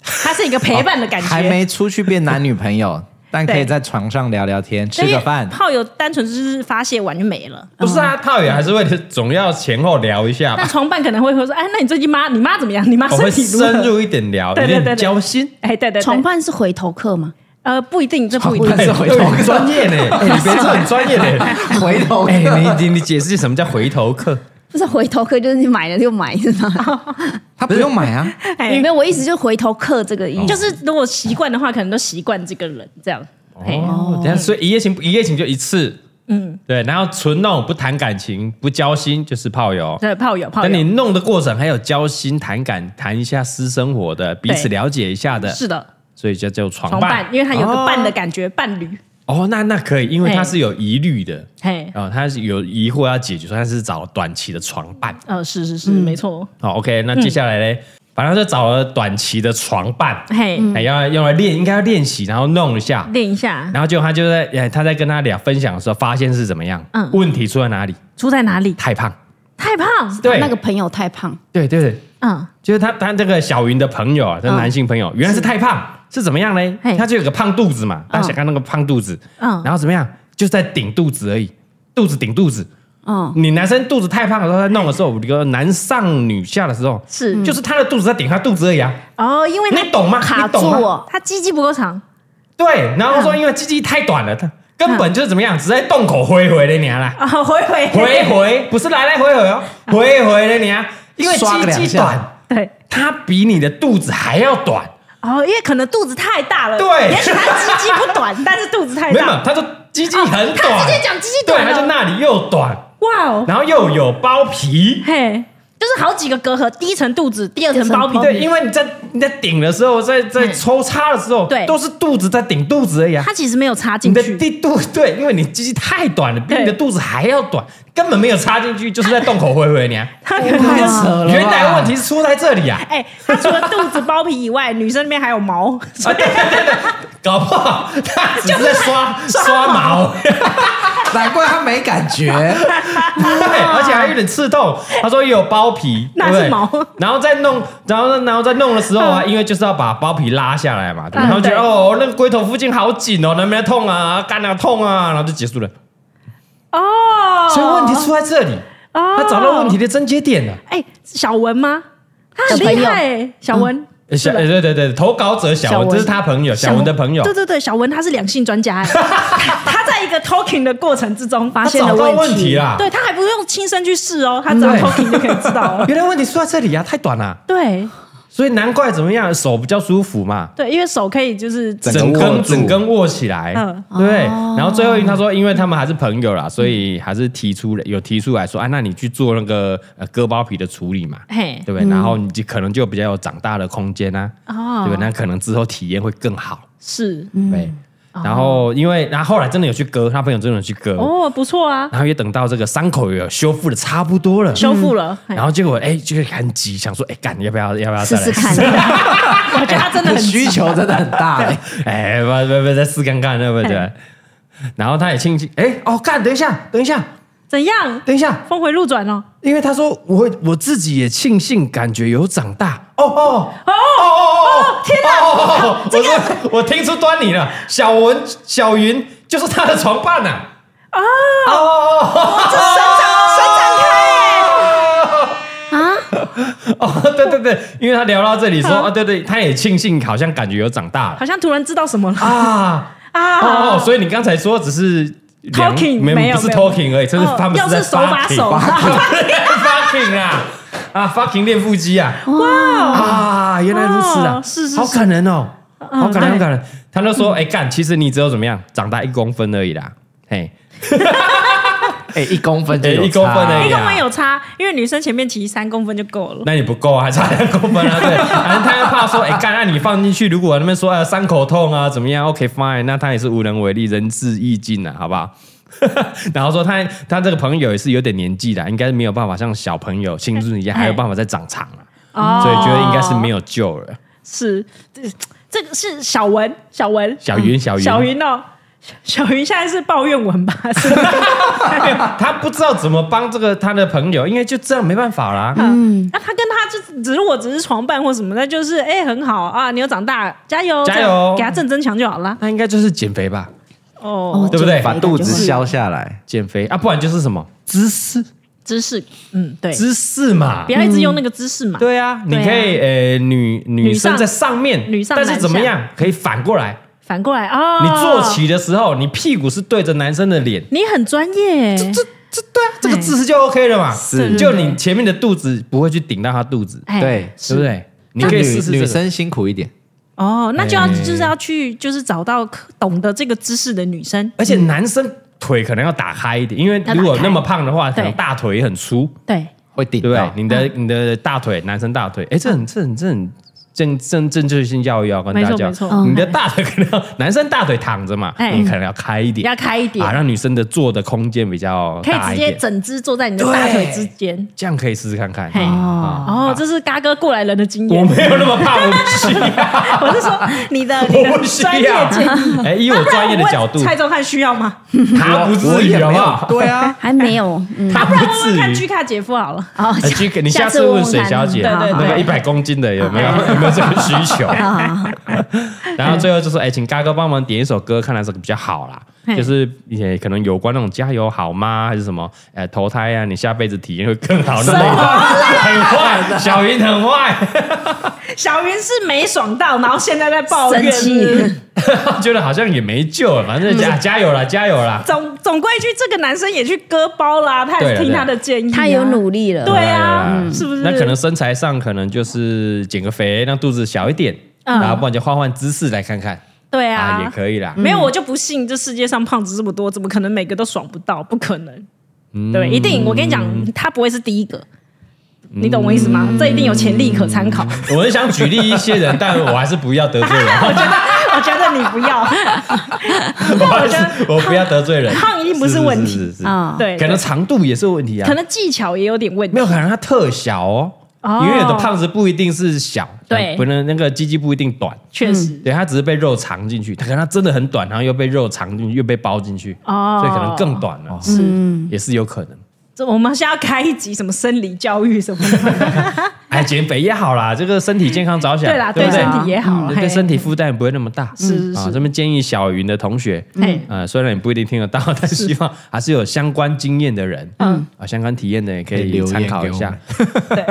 [SPEAKER 3] 它是一个陪伴的
[SPEAKER 1] 哦
[SPEAKER 3] 感觉，
[SPEAKER 4] 还没出去变男女朋 友，但可以
[SPEAKER 3] 对
[SPEAKER 4] 在床上聊聊天，吃
[SPEAKER 3] 因
[SPEAKER 4] 个
[SPEAKER 3] 为
[SPEAKER 4] 饭。
[SPEAKER 3] 炮友单纯就是发泄完就没了。
[SPEAKER 1] 不是啊，炮友还是会总要前后聊一下
[SPEAKER 3] 那
[SPEAKER 1] 吧，
[SPEAKER 3] 床伴可能会说，哎，那你最近妈，你妈怎么样？你妈
[SPEAKER 1] 我
[SPEAKER 3] 身
[SPEAKER 1] 会
[SPEAKER 3] 体如何
[SPEAKER 1] 深？入一点聊，有
[SPEAKER 3] 对对对
[SPEAKER 1] 点
[SPEAKER 3] 对
[SPEAKER 1] 交心。
[SPEAKER 3] 哎，对对对，
[SPEAKER 2] 床伴是回头客吗？
[SPEAKER 3] 呃不一定，这不一定
[SPEAKER 4] 床。伴是回头客
[SPEAKER 1] 哎很专业呢，哎你别这很专业 呢。
[SPEAKER 4] 回头客
[SPEAKER 1] 哎，你你你解释什么叫回头客？
[SPEAKER 2] 不是回头客，就是你买了就买是吗？
[SPEAKER 4] 他不用买啊，
[SPEAKER 3] 哎
[SPEAKER 2] 没有，我意思就是回头客这个意思。
[SPEAKER 3] 就是如果习惯的话，可能都习惯这个人这样。哎，
[SPEAKER 1] 哦，等一下，所以一夜情一夜情就一次，嗯，对，然后纯那种不谈感情、不交心就是炮友。
[SPEAKER 3] 对，炮友炮
[SPEAKER 1] 等你
[SPEAKER 3] 友，
[SPEAKER 1] 弄的过程还有交心、谈感、谈一下私生活的，彼此了解一下的，
[SPEAKER 3] 是的，
[SPEAKER 1] 所以就叫床
[SPEAKER 3] 床伴，因为他有个伴的感觉，伴侣。
[SPEAKER 1] 哦，那那可以，因为他是有疑虑的，
[SPEAKER 3] 嘿，
[SPEAKER 1] 啊、他是有疑惑要解决，所以他是找短期的床伴。
[SPEAKER 3] 呃，是是是，没错。
[SPEAKER 1] 好、o k 那接下来嘞，反正就找了短期的床伴，
[SPEAKER 3] 嘿，
[SPEAKER 1] 哎、要用来练，应该要练习，然后弄一下，
[SPEAKER 3] 练一下，
[SPEAKER 1] 然后就他就在，哎，他在跟他俩分享的时候，发现是怎么样？
[SPEAKER 3] 嗯啊
[SPEAKER 1] 问题出在哪里？
[SPEAKER 3] 出在哪里？
[SPEAKER 1] 太胖。
[SPEAKER 3] 太胖。
[SPEAKER 1] 对，
[SPEAKER 2] 那个朋友太胖，
[SPEAKER 1] 对对对，
[SPEAKER 3] 嗯，
[SPEAKER 1] 就是他他这个小云的朋友啊，他
[SPEAKER 2] 嗯
[SPEAKER 1] 男性朋友、原来是太胖，是怎么样嘞
[SPEAKER 3] 嘿？
[SPEAKER 1] 他就有个胖肚子嘛，大家想看那个胖肚子，
[SPEAKER 3] 嗯
[SPEAKER 1] 然后怎么样，就在顶肚子而已，肚子顶肚子。
[SPEAKER 2] 嗯，
[SPEAKER 1] 你男生肚子太胖的时候，在弄的时候，我这个男上女下的时候，
[SPEAKER 3] 是
[SPEAKER 1] 就是他的肚子在顶他肚子而已啊，
[SPEAKER 3] 哦，因为
[SPEAKER 1] 你懂吗？
[SPEAKER 2] 卡
[SPEAKER 1] 你懂吗
[SPEAKER 2] 住哦
[SPEAKER 3] 他鸡鸡不够长，
[SPEAKER 1] 对，然后说因为鸡鸡太短了，他根本就是怎么样，只在洞口挥回的你啊啦，
[SPEAKER 3] 啊，回回
[SPEAKER 1] 回回不是来来回回哦，回回的你啊，因为
[SPEAKER 4] 刷个两
[SPEAKER 1] 鸡鸡
[SPEAKER 4] 下
[SPEAKER 1] 短，
[SPEAKER 3] 对。
[SPEAKER 1] 它比你的肚子还要短。
[SPEAKER 3] 哦，因为可能肚子太大了，
[SPEAKER 1] 对
[SPEAKER 3] 也许他鸡鸡不 短，但是肚子太
[SPEAKER 1] 没有，没
[SPEAKER 3] 大
[SPEAKER 1] 有，，他说鸡鸡很短，
[SPEAKER 2] 他直接讲鸡鸡
[SPEAKER 1] 对，
[SPEAKER 2] 短
[SPEAKER 1] 他就
[SPEAKER 2] 了，
[SPEAKER 1] 那里又短，
[SPEAKER 3] 哇哦，
[SPEAKER 1] 然后又有包皮，
[SPEAKER 3] 嘿，就是好几个隔阂，第一层肚子，第二层包皮，
[SPEAKER 1] 对，因为你在你在顶的时候，在在
[SPEAKER 3] 嗯
[SPEAKER 1] 抽插的时候，
[SPEAKER 3] 对
[SPEAKER 1] 都是肚子在顶肚子而已啊。
[SPEAKER 3] 它其实没有插
[SPEAKER 1] 你
[SPEAKER 3] 进
[SPEAKER 1] 的
[SPEAKER 3] 去，
[SPEAKER 1] 地肚对，因为你鸡鸡太短了，比
[SPEAKER 3] 对
[SPEAKER 1] 你的肚子还要短，根本没有插进去，就是在洞口回回你啊。
[SPEAKER 3] 它可
[SPEAKER 4] 太
[SPEAKER 3] 能。
[SPEAKER 4] 扯了吧。
[SPEAKER 1] 原来问题是出在这里啊！
[SPEAKER 3] 哎，它除了肚子包皮以外，女生那边还有毛，
[SPEAKER 1] 啊，对对对对，搞不好他只是在刷刷毛，
[SPEAKER 4] 难怪他没感 觉。
[SPEAKER 1] 对，而且还有点刺痛。他说有包皮，
[SPEAKER 3] 那
[SPEAKER 1] 对不对
[SPEAKER 3] 是毛
[SPEAKER 1] 然后再弄，然后然后再弄的时候啊，因为就是要把包皮拉下来嘛，对吧然后觉得
[SPEAKER 3] 嗯对
[SPEAKER 1] 哦，那个龟头附近好紧哦，那边痛啊，干啊痛啊，然后就结束了。
[SPEAKER 3] 哦，
[SPEAKER 1] 所以问题出在这里，
[SPEAKER 3] 哦
[SPEAKER 1] 他找到问题。的症结点了。
[SPEAKER 3] 哎，小文吗？他很厉害，小文，
[SPEAKER 1] 呃小呃对对对，投稿者小
[SPEAKER 2] 小
[SPEAKER 1] 文，
[SPEAKER 2] 文
[SPEAKER 1] 这是他朋友，小文的朋友
[SPEAKER 3] 对，对对，小文他是两性专家， 哎他在一个 talking 的过程之中发
[SPEAKER 1] 他
[SPEAKER 3] 现
[SPEAKER 1] 找
[SPEAKER 3] 了
[SPEAKER 1] 到
[SPEAKER 3] 问
[SPEAKER 1] 问题啦。
[SPEAKER 3] 对他还不用亲身去试哦，他只要
[SPEAKER 1] 对
[SPEAKER 3] talking 就可以知道了。
[SPEAKER 1] 原来问题出在这里啊，太短了，
[SPEAKER 3] 对
[SPEAKER 1] 所以难怪怎么样，手比较舒服嘛。
[SPEAKER 3] 对，因为手可以就是
[SPEAKER 4] 整
[SPEAKER 1] 整
[SPEAKER 4] 个握
[SPEAKER 1] 根
[SPEAKER 4] 住
[SPEAKER 1] 整根握起来，
[SPEAKER 3] 嗯
[SPEAKER 1] 对。然后最后他说，因为他们还是朋友啦，所以还是提出了有提出来说，啊，那你去做那个呃割包皮的处理嘛，
[SPEAKER 3] 嘿
[SPEAKER 1] 对不
[SPEAKER 2] 嗯
[SPEAKER 1] 对？然后你就可能就比较有长大的空间啊，
[SPEAKER 3] 哦
[SPEAKER 1] 对不对？那可能之后体验会更好，
[SPEAKER 3] 是
[SPEAKER 2] 嗯
[SPEAKER 1] 对。然后因为然后后来真的有去割，他朋友真的有去割，
[SPEAKER 3] 哦，不错啊，
[SPEAKER 1] 然后也等到这个伤口有修复的差不多了。
[SPEAKER 3] 修复了。嘿
[SPEAKER 1] 然后结果哎，就是很急，想说哎，干要不要要不要
[SPEAKER 2] 试
[SPEAKER 1] 再来
[SPEAKER 2] 试 看。
[SPEAKER 3] 我觉得他真的很
[SPEAKER 4] 需求真的很大、欸，
[SPEAKER 1] 哎，不不不，再试看看，对不对
[SPEAKER 3] 哎？
[SPEAKER 1] 然后他也庆幸，哎，哦，干，等一下，等一下，
[SPEAKER 3] 怎样？
[SPEAKER 1] 等一下，
[SPEAKER 3] 峰回路转哦，
[SPEAKER 1] 因为他说我我自己也庆幸，感觉有长大。哦哦哦哦哦！天哪！哦哦哦我说我听出端倪了，小文小云就是他的床伴呐。哦哦，这伸展伸展开。
[SPEAKER 2] 啊，
[SPEAKER 1] 哦，对对对，因为他聊到这里说，啊，对对，他也庆幸，好像感觉有长大了
[SPEAKER 3] 好像突然知道什么了
[SPEAKER 1] 啊。
[SPEAKER 3] 啊！
[SPEAKER 1] 哦，所以你刚才说只是两
[SPEAKER 3] Talking，
[SPEAKER 1] 没
[SPEAKER 3] 没有
[SPEAKER 1] 不是
[SPEAKER 3] 没有
[SPEAKER 1] talking 而已，这是
[SPEAKER 3] 哦
[SPEAKER 1] 他们
[SPEAKER 3] 要
[SPEAKER 1] 在
[SPEAKER 3] 是手把
[SPEAKER 1] fucking
[SPEAKER 3] 手，
[SPEAKER 1] fucking 啊啊 fucking 练腹肌啊
[SPEAKER 3] 哇，
[SPEAKER 1] 啊，原来如此啊
[SPEAKER 3] 哦，是是
[SPEAKER 1] 好感人哦，
[SPEAKER 3] 嗯
[SPEAKER 1] 好感人，
[SPEAKER 3] 对
[SPEAKER 1] 好感人。他就说，哎干，其实你只有怎么样，长大一公分而已啦，嘿，
[SPEAKER 4] 哎、一公分就有差、
[SPEAKER 1] 哎一公分而已
[SPEAKER 3] 一公分有差，因为女生前面其实三公分就够了。
[SPEAKER 1] 那你不够啊，还差两公分啊，对。 反正他又怕说，哎干，那你放进去，如果那边说啊伤口痛啊怎么样，OK fine，那他也是无能为力，仁至义尽啊，好不好？ 然后说他他这个朋友也是有点年纪的，应该是没有办法像小朋友青春一样，
[SPEAKER 3] 哎
[SPEAKER 1] 还有办法再长长啊，
[SPEAKER 3] 哦
[SPEAKER 1] 所以觉得应该是没有救了。
[SPEAKER 3] 是这这个是小文，小文，
[SPEAKER 1] 小云小云
[SPEAKER 3] 小云哦，小云现在是抱怨文 吧？是吗
[SPEAKER 1] 他不知道怎么帮这个他的朋友，因为就这样没办法啦。
[SPEAKER 3] 嗯，那他跟他就只是我只是床伴或什么，那就是哎、很好啊，你有长大，加油
[SPEAKER 1] 加
[SPEAKER 3] 这样
[SPEAKER 1] 油
[SPEAKER 3] 给他正增强就好啦。
[SPEAKER 1] 他应该就是减肥吧，
[SPEAKER 3] 哦，
[SPEAKER 1] 对不对？
[SPEAKER 4] 把肚子消下来，
[SPEAKER 1] 减肥啊，不然就是什么姿势
[SPEAKER 3] 知识，嗯，对，
[SPEAKER 1] 姿势嘛
[SPEAKER 3] 不。要一直用那个姿势嘛。
[SPEAKER 1] 对啊，你
[SPEAKER 3] 对啊
[SPEAKER 1] 可以呃女女生
[SPEAKER 3] 上
[SPEAKER 1] 在上面，
[SPEAKER 3] 女上
[SPEAKER 1] 但是
[SPEAKER 3] 男
[SPEAKER 1] 怎么
[SPEAKER 3] 下
[SPEAKER 1] 样可以反过来？
[SPEAKER 3] 反过来哦，
[SPEAKER 1] 你坐，起的时候，你屁股是对着男生的脸，
[SPEAKER 3] 你很专业，
[SPEAKER 1] 这这对啊，这个姿势就 OK 了嘛。
[SPEAKER 4] 是
[SPEAKER 1] 就你前面的肚子不会去顶到他肚子，
[SPEAKER 3] 哎
[SPEAKER 4] 对
[SPEAKER 1] 对不对？你可以试试
[SPEAKER 4] 女
[SPEAKER 1] 这
[SPEAKER 4] 女
[SPEAKER 1] 个。
[SPEAKER 4] 生辛苦一点，
[SPEAKER 3] 哦，那就要
[SPEAKER 1] 哎
[SPEAKER 3] 就是要去就是找到可懂得这个姿势的女生，嗯
[SPEAKER 1] 而且男生腿可能要打开一点，因为
[SPEAKER 3] 要打开
[SPEAKER 1] 如果那么胖的话，可能
[SPEAKER 3] 对
[SPEAKER 1] 大腿也很粗，
[SPEAKER 3] 对，
[SPEAKER 4] 会顶
[SPEAKER 1] 对不对
[SPEAKER 4] 到？。
[SPEAKER 1] 你
[SPEAKER 3] 嗯
[SPEAKER 1] 的你的大腿，男生大腿，哎，这很这很这很正正正确性教育要跟大家
[SPEAKER 3] 没错没
[SPEAKER 1] 讲，
[SPEAKER 3] 错嗯
[SPEAKER 1] 你的大腿可能要男生大腿躺着嘛，
[SPEAKER 3] 哎
[SPEAKER 1] 你可能要开一点
[SPEAKER 3] 要开一点
[SPEAKER 1] 啊，，让女生的坐的空间比较
[SPEAKER 3] 可以
[SPEAKER 1] 大
[SPEAKER 3] 直
[SPEAKER 1] 一
[SPEAKER 3] 接
[SPEAKER 1] 点，
[SPEAKER 3] 整只坐在你的大腿之间。
[SPEAKER 1] 这样可以试试看看。
[SPEAKER 3] 嘿
[SPEAKER 1] 啊啊
[SPEAKER 3] 哦，这是嘎哥过来人的经
[SPEAKER 1] 我
[SPEAKER 3] 验。
[SPEAKER 1] 没有那么胖，我不需要，
[SPEAKER 3] 我是说你的 你
[SPEAKER 1] 我
[SPEAKER 3] 的
[SPEAKER 1] 不需
[SPEAKER 3] 专业
[SPEAKER 1] 要
[SPEAKER 3] 建议。。
[SPEAKER 1] 哎，以我专业的 角度，
[SPEAKER 3] 蔡宗翰需要吗？
[SPEAKER 1] 他不
[SPEAKER 4] 我
[SPEAKER 1] 至于
[SPEAKER 4] 也
[SPEAKER 1] 好
[SPEAKER 4] 没
[SPEAKER 1] 不
[SPEAKER 4] 有，
[SPEAKER 1] 好？
[SPEAKER 4] 对 啊，
[SPEAKER 2] 还没有，嗯，
[SPEAKER 1] 他
[SPEAKER 3] 不然
[SPEAKER 1] 不
[SPEAKER 3] 问问
[SPEAKER 1] 至
[SPEAKER 3] 看
[SPEAKER 1] 于
[SPEAKER 3] G。卡姐夫好了。
[SPEAKER 2] 哦，
[SPEAKER 1] 呃 G，你下次
[SPEAKER 2] 次
[SPEAKER 1] 问
[SPEAKER 2] 看
[SPEAKER 1] 水小姐，
[SPEAKER 2] 对
[SPEAKER 3] 对
[SPEAKER 1] 那
[SPEAKER 3] 对啊
[SPEAKER 1] 个一百公斤的有没有有没有这个需 求？
[SPEAKER 2] 好好好，
[SPEAKER 1] 然后最后就说，哎，请嘎哥帮忙点一首歌，看哪首歌比较好啦。
[SPEAKER 3] 嘿
[SPEAKER 1] 就是也可能有关那种加油好吗，还是什么？呃，投胎啊，你下辈子体验会更好。那种 很坏，小云很坏，
[SPEAKER 3] 小云是没爽到，然后现在在抱
[SPEAKER 2] 生
[SPEAKER 3] 怨。是不是
[SPEAKER 2] 气，
[SPEAKER 1] 觉得好像也没救了，反正
[SPEAKER 3] 嗯
[SPEAKER 1] 加加油啦，加油啦！
[SPEAKER 3] 总总归一句，这个男生也去割包啦，他也
[SPEAKER 1] 对啊
[SPEAKER 3] 是听他的建议啊，
[SPEAKER 2] 他有努力了，
[SPEAKER 3] 对啊
[SPEAKER 1] 有啦有啦
[SPEAKER 3] 是不是
[SPEAKER 1] 那可能身材上可能就是减个肥，让肚子小一点，
[SPEAKER 3] 嗯
[SPEAKER 1] 然后不然就换换姿势来看看
[SPEAKER 3] 对
[SPEAKER 1] 啊，
[SPEAKER 3] 啊
[SPEAKER 1] 也，可以啦。
[SPEAKER 3] 没有，我就不信这世界上胖子这么多，怎么可能每个都爽不到？不可能，
[SPEAKER 1] 嗯
[SPEAKER 3] 对，一定。我跟你讲，他不会是第一个，
[SPEAKER 1] 嗯
[SPEAKER 3] 你懂我意思吗？这一定有潜力可 参考。
[SPEAKER 1] 我很想举例一些人，但我还是不要得罪人，
[SPEAKER 3] 我觉得，我觉得你不 要，
[SPEAKER 1] 我还是我不要得罪人。
[SPEAKER 3] 胖一定不是问题
[SPEAKER 1] 是是是是
[SPEAKER 2] 啊
[SPEAKER 3] 对
[SPEAKER 1] 可能长度也是问题啊，
[SPEAKER 3] 可能技巧也有点问
[SPEAKER 1] 没
[SPEAKER 3] 题。
[SPEAKER 1] 有可能他特小哦，
[SPEAKER 3] 哦
[SPEAKER 1] 因为有的胖子不一定是小，
[SPEAKER 3] 对
[SPEAKER 1] 不能那个鸡鸡不一定短。
[SPEAKER 3] 确实，
[SPEAKER 1] 对，他只是被肉藏进去，他可能他真的很短，然后又被肉藏进去，又被包进去，
[SPEAKER 3] 哦
[SPEAKER 1] 所以可能更短了，
[SPEAKER 2] 嗯，
[SPEAKER 1] 也是有可能。
[SPEAKER 3] 这我们现在要开一集什么生理教育什么的，
[SPEAKER 1] 哎，减肥也好啦，这个身体健康着想，
[SPEAKER 3] 对啦，
[SPEAKER 1] 对不
[SPEAKER 3] 身
[SPEAKER 1] 对？
[SPEAKER 3] 体也好，
[SPEAKER 1] 对
[SPEAKER 3] 嘿
[SPEAKER 1] 身体负担也不会那么大。
[SPEAKER 3] 是是
[SPEAKER 1] 啊，
[SPEAKER 3] 是嗯
[SPEAKER 1] 这边建议小云的同学，
[SPEAKER 3] 嘿
[SPEAKER 1] 呃，虽然也不一定听得到，但希望还是有相关经验的人，嗯，啊，相关体验的也可
[SPEAKER 4] 可以
[SPEAKER 1] 以
[SPEAKER 4] 留言
[SPEAKER 1] 参考
[SPEAKER 4] 给
[SPEAKER 1] 一
[SPEAKER 4] 我
[SPEAKER 1] 下
[SPEAKER 4] 们，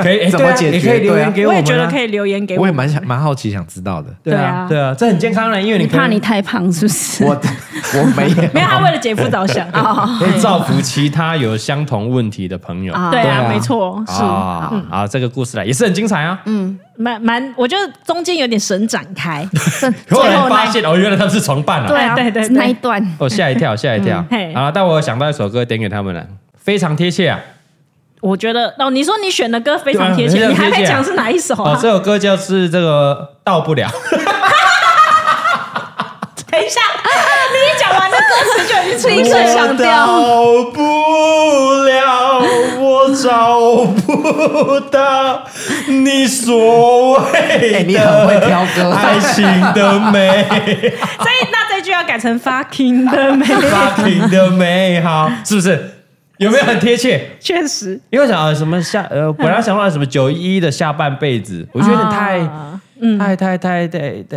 [SPEAKER 1] 可以哎
[SPEAKER 4] 怎
[SPEAKER 1] 对
[SPEAKER 4] 么
[SPEAKER 1] 啊
[SPEAKER 4] 解
[SPEAKER 1] 也
[SPEAKER 4] 决
[SPEAKER 1] 可以留
[SPEAKER 4] 对啊
[SPEAKER 1] 言给我
[SPEAKER 3] 我
[SPEAKER 1] 们啊，
[SPEAKER 3] 也觉得可以留言给
[SPEAKER 4] 我
[SPEAKER 3] 我
[SPEAKER 4] 也。蛮想蛮好奇想知道的。
[SPEAKER 1] 对啊，对啊，这很健康的，因为
[SPEAKER 2] 你
[SPEAKER 1] 可
[SPEAKER 2] 怕
[SPEAKER 1] 能
[SPEAKER 2] 你太胖是不是？
[SPEAKER 4] 我我没有，
[SPEAKER 3] 没有，他为了姐夫 着想。
[SPEAKER 1] 可以造福其他有相同问题的朋友。
[SPEAKER 2] 啊
[SPEAKER 3] 对
[SPEAKER 4] 对啊
[SPEAKER 3] 啊，没错，是
[SPEAKER 1] 啊，啊，这个故事来也是很精彩啊！
[SPEAKER 3] 蛮蛮，我觉得中间有点神展开。
[SPEAKER 2] 最
[SPEAKER 1] 后
[SPEAKER 2] 最
[SPEAKER 1] 来
[SPEAKER 2] 后
[SPEAKER 1] 发
[SPEAKER 2] 那
[SPEAKER 1] 现哦，原来他们是床伴啊！
[SPEAKER 2] 对啊，
[SPEAKER 3] 对对对对
[SPEAKER 2] 那一段
[SPEAKER 1] 哦，吓一跳，吓一跳
[SPEAKER 3] 嗯嘿！
[SPEAKER 1] 啊，但我有想到一首歌点给他们了，非常贴切啊！
[SPEAKER 3] 我觉得哦，你说你选的歌非常贴
[SPEAKER 1] 对
[SPEAKER 3] 切，
[SPEAKER 1] 啊
[SPEAKER 3] 你
[SPEAKER 1] 非
[SPEAKER 3] 还
[SPEAKER 1] 常贴
[SPEAKER 3] 没
[SPEAKER 1] 切
[SPEAKER 3] 讲是哪一首
[SPEAKER 1] 哦
[SPEAKER 3] 啊，？
[SPEAKER 1] 这首歌就是这个到不了，
[SPEAKER 3] 等一下，啊你一讲完那歌词就已经出一个
[SPEAKER 2] 我
[SPEAKER 3] 想调。
[SPEAKER 1] 到不了，我找不到你所
[SPEAKER 4] 哎，
[SPEAKER 1] 谓
[SPEAKER 4] 你很会挑歌，
[SPEAKER 1] 情的美。
[SPEAKER 3] 所以那这句要改成 fucking 的 美，
[SPEAKER 1] 家庭的美好，是不是？有没有很贴切？
[SPEAKER 3] 确实
[SPEAKER 1] 因为我想啊，什么下呃，本来想到什么九一一的下半辈子，我觉得有点太、太太太太太
[SPEAKER 3] 啊嗯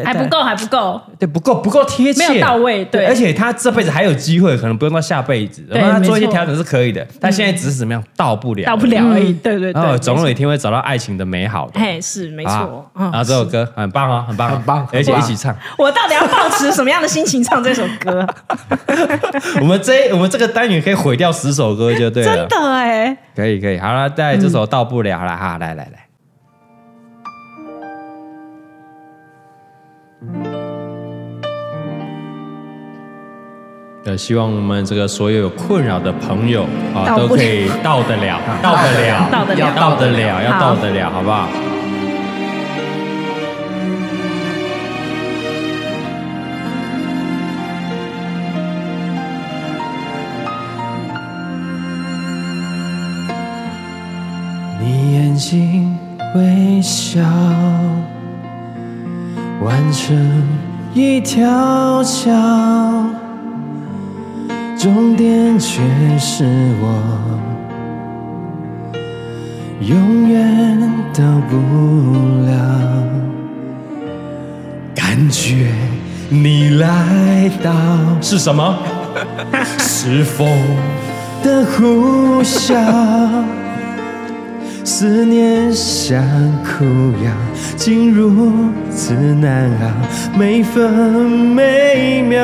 [SPEAKER 3] 还不，够，还不够。
[SPEAKER 1] 太对，不够不够贴切，
[SPEAKER 3] 没有到位对
[SPEAKER 1] 而且他这辈子还有机会，可能不用到下辈子，
[SPEAKER 3] 对
[SPEAKER 1] 然后他做一些
[SPEAKER 3] 没错
[SPEAKER 1] 调整是可以的。但现在只是怎么样，到不了，
[SPEAKER 3] 到不。了而已。哎对嗯对
[SPEAKER 1] 然后
[SPEAKER 3] 对，
[SPEAKER 1] 哦总
[SPEAKER 3] 没
[SPEAKER 1] 有
[SPEAKER 3] 错
[SPEAKER 1] 一天会找到爱情的美好的。
[SPEAKER 3] 嘿是没错
[SPEAKER 1] 啊。
[SPEAKER 3] 嗯
[SPEAKER 1] 然后这首歌很棒哦，很棒哦，
[SPEAKER 4] 很棒
[SPEAKER 1] 而且
[SPEAKER 4] 很
[SPEAKER 1] 一
[SPEAKER 4] 棒
[SPEAKER 1] 起唱。
[SPEAKER 3] 我到底要保持什么样的心情唱这首歌？
[SPEAKER 1] 我们这我们这个单元可以毁掉十首歌就 对了。啊
[SPEAKER 3] 真的哎，
[SPEAKER 1] 可以可以，好了，带这首到不了了哈，来来来，呃，希望我们这个所有有困扰的朋友啊，
[SPEAKER 3] 到
[SPEAKER 1] 都
[SPEAKER 3] 不了
[SPEAKER 1] 可以到得 了，到得了，
[SPEAKER 3] 到得了
[SPEAKER 1] 要到得了，要
[SPEAKER 3] 好
[SPEAKER 1] 到得了，好不好？你眼睛微笑，
[SPEAKER 5] 完成一条桥，终点却是我，永远到不了。感觉你来到
[SPEAKER 1] 是什么？
[SPEAKER 5] 是风的呼啸，思念像苦药，竟如此难熬，每分每秒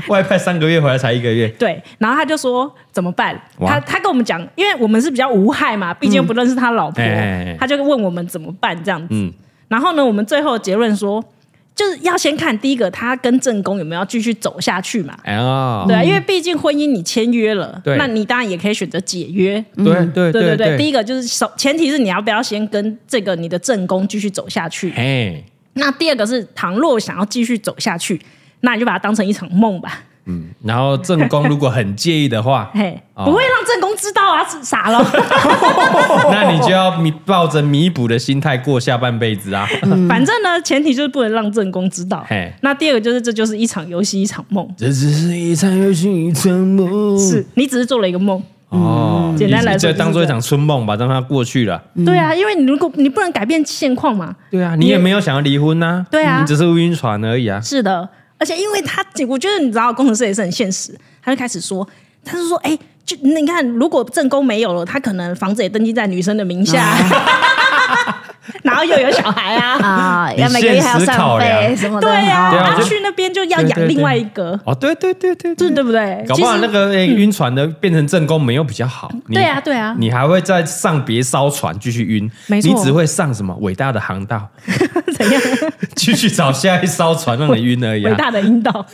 [SPEAKER 1] 外派三个月回来才一个月，
[SPEAKER 3] 对，然后他就说怎么办？
[SPEAKER 1] 哇
[SPEAKER 3] 他他跟我们讲，因为我们是比较无害嘛，毕竟又不认识他老婆，
[SPEAKER 1] 哎哎哎
[SPEAKER 3] 他就问我们怎么办这样子。
[SPEAKER 1] 嗯
[SPEAKER 3] 然后呢，我们最后结论说，就是要先看第一个他跟正宫有没有要继续走下去嘛。
[SPEAKER 1] 哎呀，
[SPEAKER 3] 对啊，因为毕竟婚姻你签约了，
[SPEAKER 1] 对
[SPEAKER 3] 那你当然也可以选择解约。
[SPEAKER 1] 对对
[SPEAKER 3] 对对
[SPEAKER 1] 对
[SPEAKER 3] 第一个就是首前提是你要不要先跟这个你的正宫继续走下去。
[SPEAKER 1] 哎，
[SPEAKER 3] 那第二个是，倘若想要继续走下去，那你就把它当成一场梦吧。，
[SPEAKER 1] 然后正宫如果很介意的话
[SPEAKER 3] 嘿，
[SPEAKER 1] 哦
[SPEAKER 3] 不会让正宫知道啊，是傻了。
[SPEAKER 1] 那你就要弥抱着弥补的心态过下半辈子啊。
[SPEAKER 3] 反正呢，前提就是不能让正宫知道
[SPEAKER 1] 嘿。
[SPEAKER 3] 那第二个就是，这就是一场游戏，一场梦，
[SPEAKER 1] 这只是一场游戏，一场梦。
[SPEAKER 3] 是你只是做了一个梦。
[SPEAKER 1] 哦，
[SPEAKER 3] 简单来说
[SPEAKER 1] 你就当做一
[SPEAKER 3] 就是这
[SPEAKER 1] 场春梦吧，让它过去了。
[SPEAKER 3] 对啊，因为你如果你不能改变现况嘛。
[SPEAKER 1] 对啊，你也没有想要离婚呐，
[SPEAKER 3] 对啊
[SPEAKER 1] 你只是晕船而已啊。
[SPEAKER 3] 是的，而且因为他，我觉得你知道，工程师也是很现实，他就开始说，他就说，哎、就你看，如果正宫没有了，他可能房子也登记在女生的名下，
[SPEAKER 1] 啊
[SPEAKER 3] 然后又有小孩 啊，
[SPEAKER 2] 啊，
[SPEAKER 1] 你
[SPEAKER 2] 要每个月还要
[SPEAKER 1] 现实考
[SPEAKER 2] 上
[SPEAKER 1] 量
[SPEAKER 2] 费什么的，
[SPEAKER 3] 对啊，
[SPEAKER 1] 对啊
[SPEAKER 3] 然
[SPEAKER 1] 我
[SPEAKER 3] 后
[SPEAKER 1] 就
[SPEAKER 3] 去那边就要
[SPEAKER 1] 对对
[SPEAKER 3] 养
[SPEAKER 1] 对
[SPEAKER 3] 另外一个，
[SPEAKER 1] 哦，对对对对
[SPEAKER 3] 这
[SPEAKER 1] 对。
[SPEAKER 3] 对不对？
[SPEAKER 1] 搞不好
[SPEAKER 3] 其实
[SPEAKER 1] 那个诶晕船的变成正宫没有比较好，你
[SPEAKER 3] 对啊对啊
[SPEAKER 1] 你还会再上别艘船继续晕，
[SPEAKER 3] 没错
[SPEAKER 1] 你只会上什么伟大的航道，
[SPEAKER 3] 怎样？
[SPEAKER 1] 继续找下一艘船让你晕而已、
[SPEAKER 3] 伟
[SPEAKER 1] 啊。
[SPEAKER 3] 大的引导，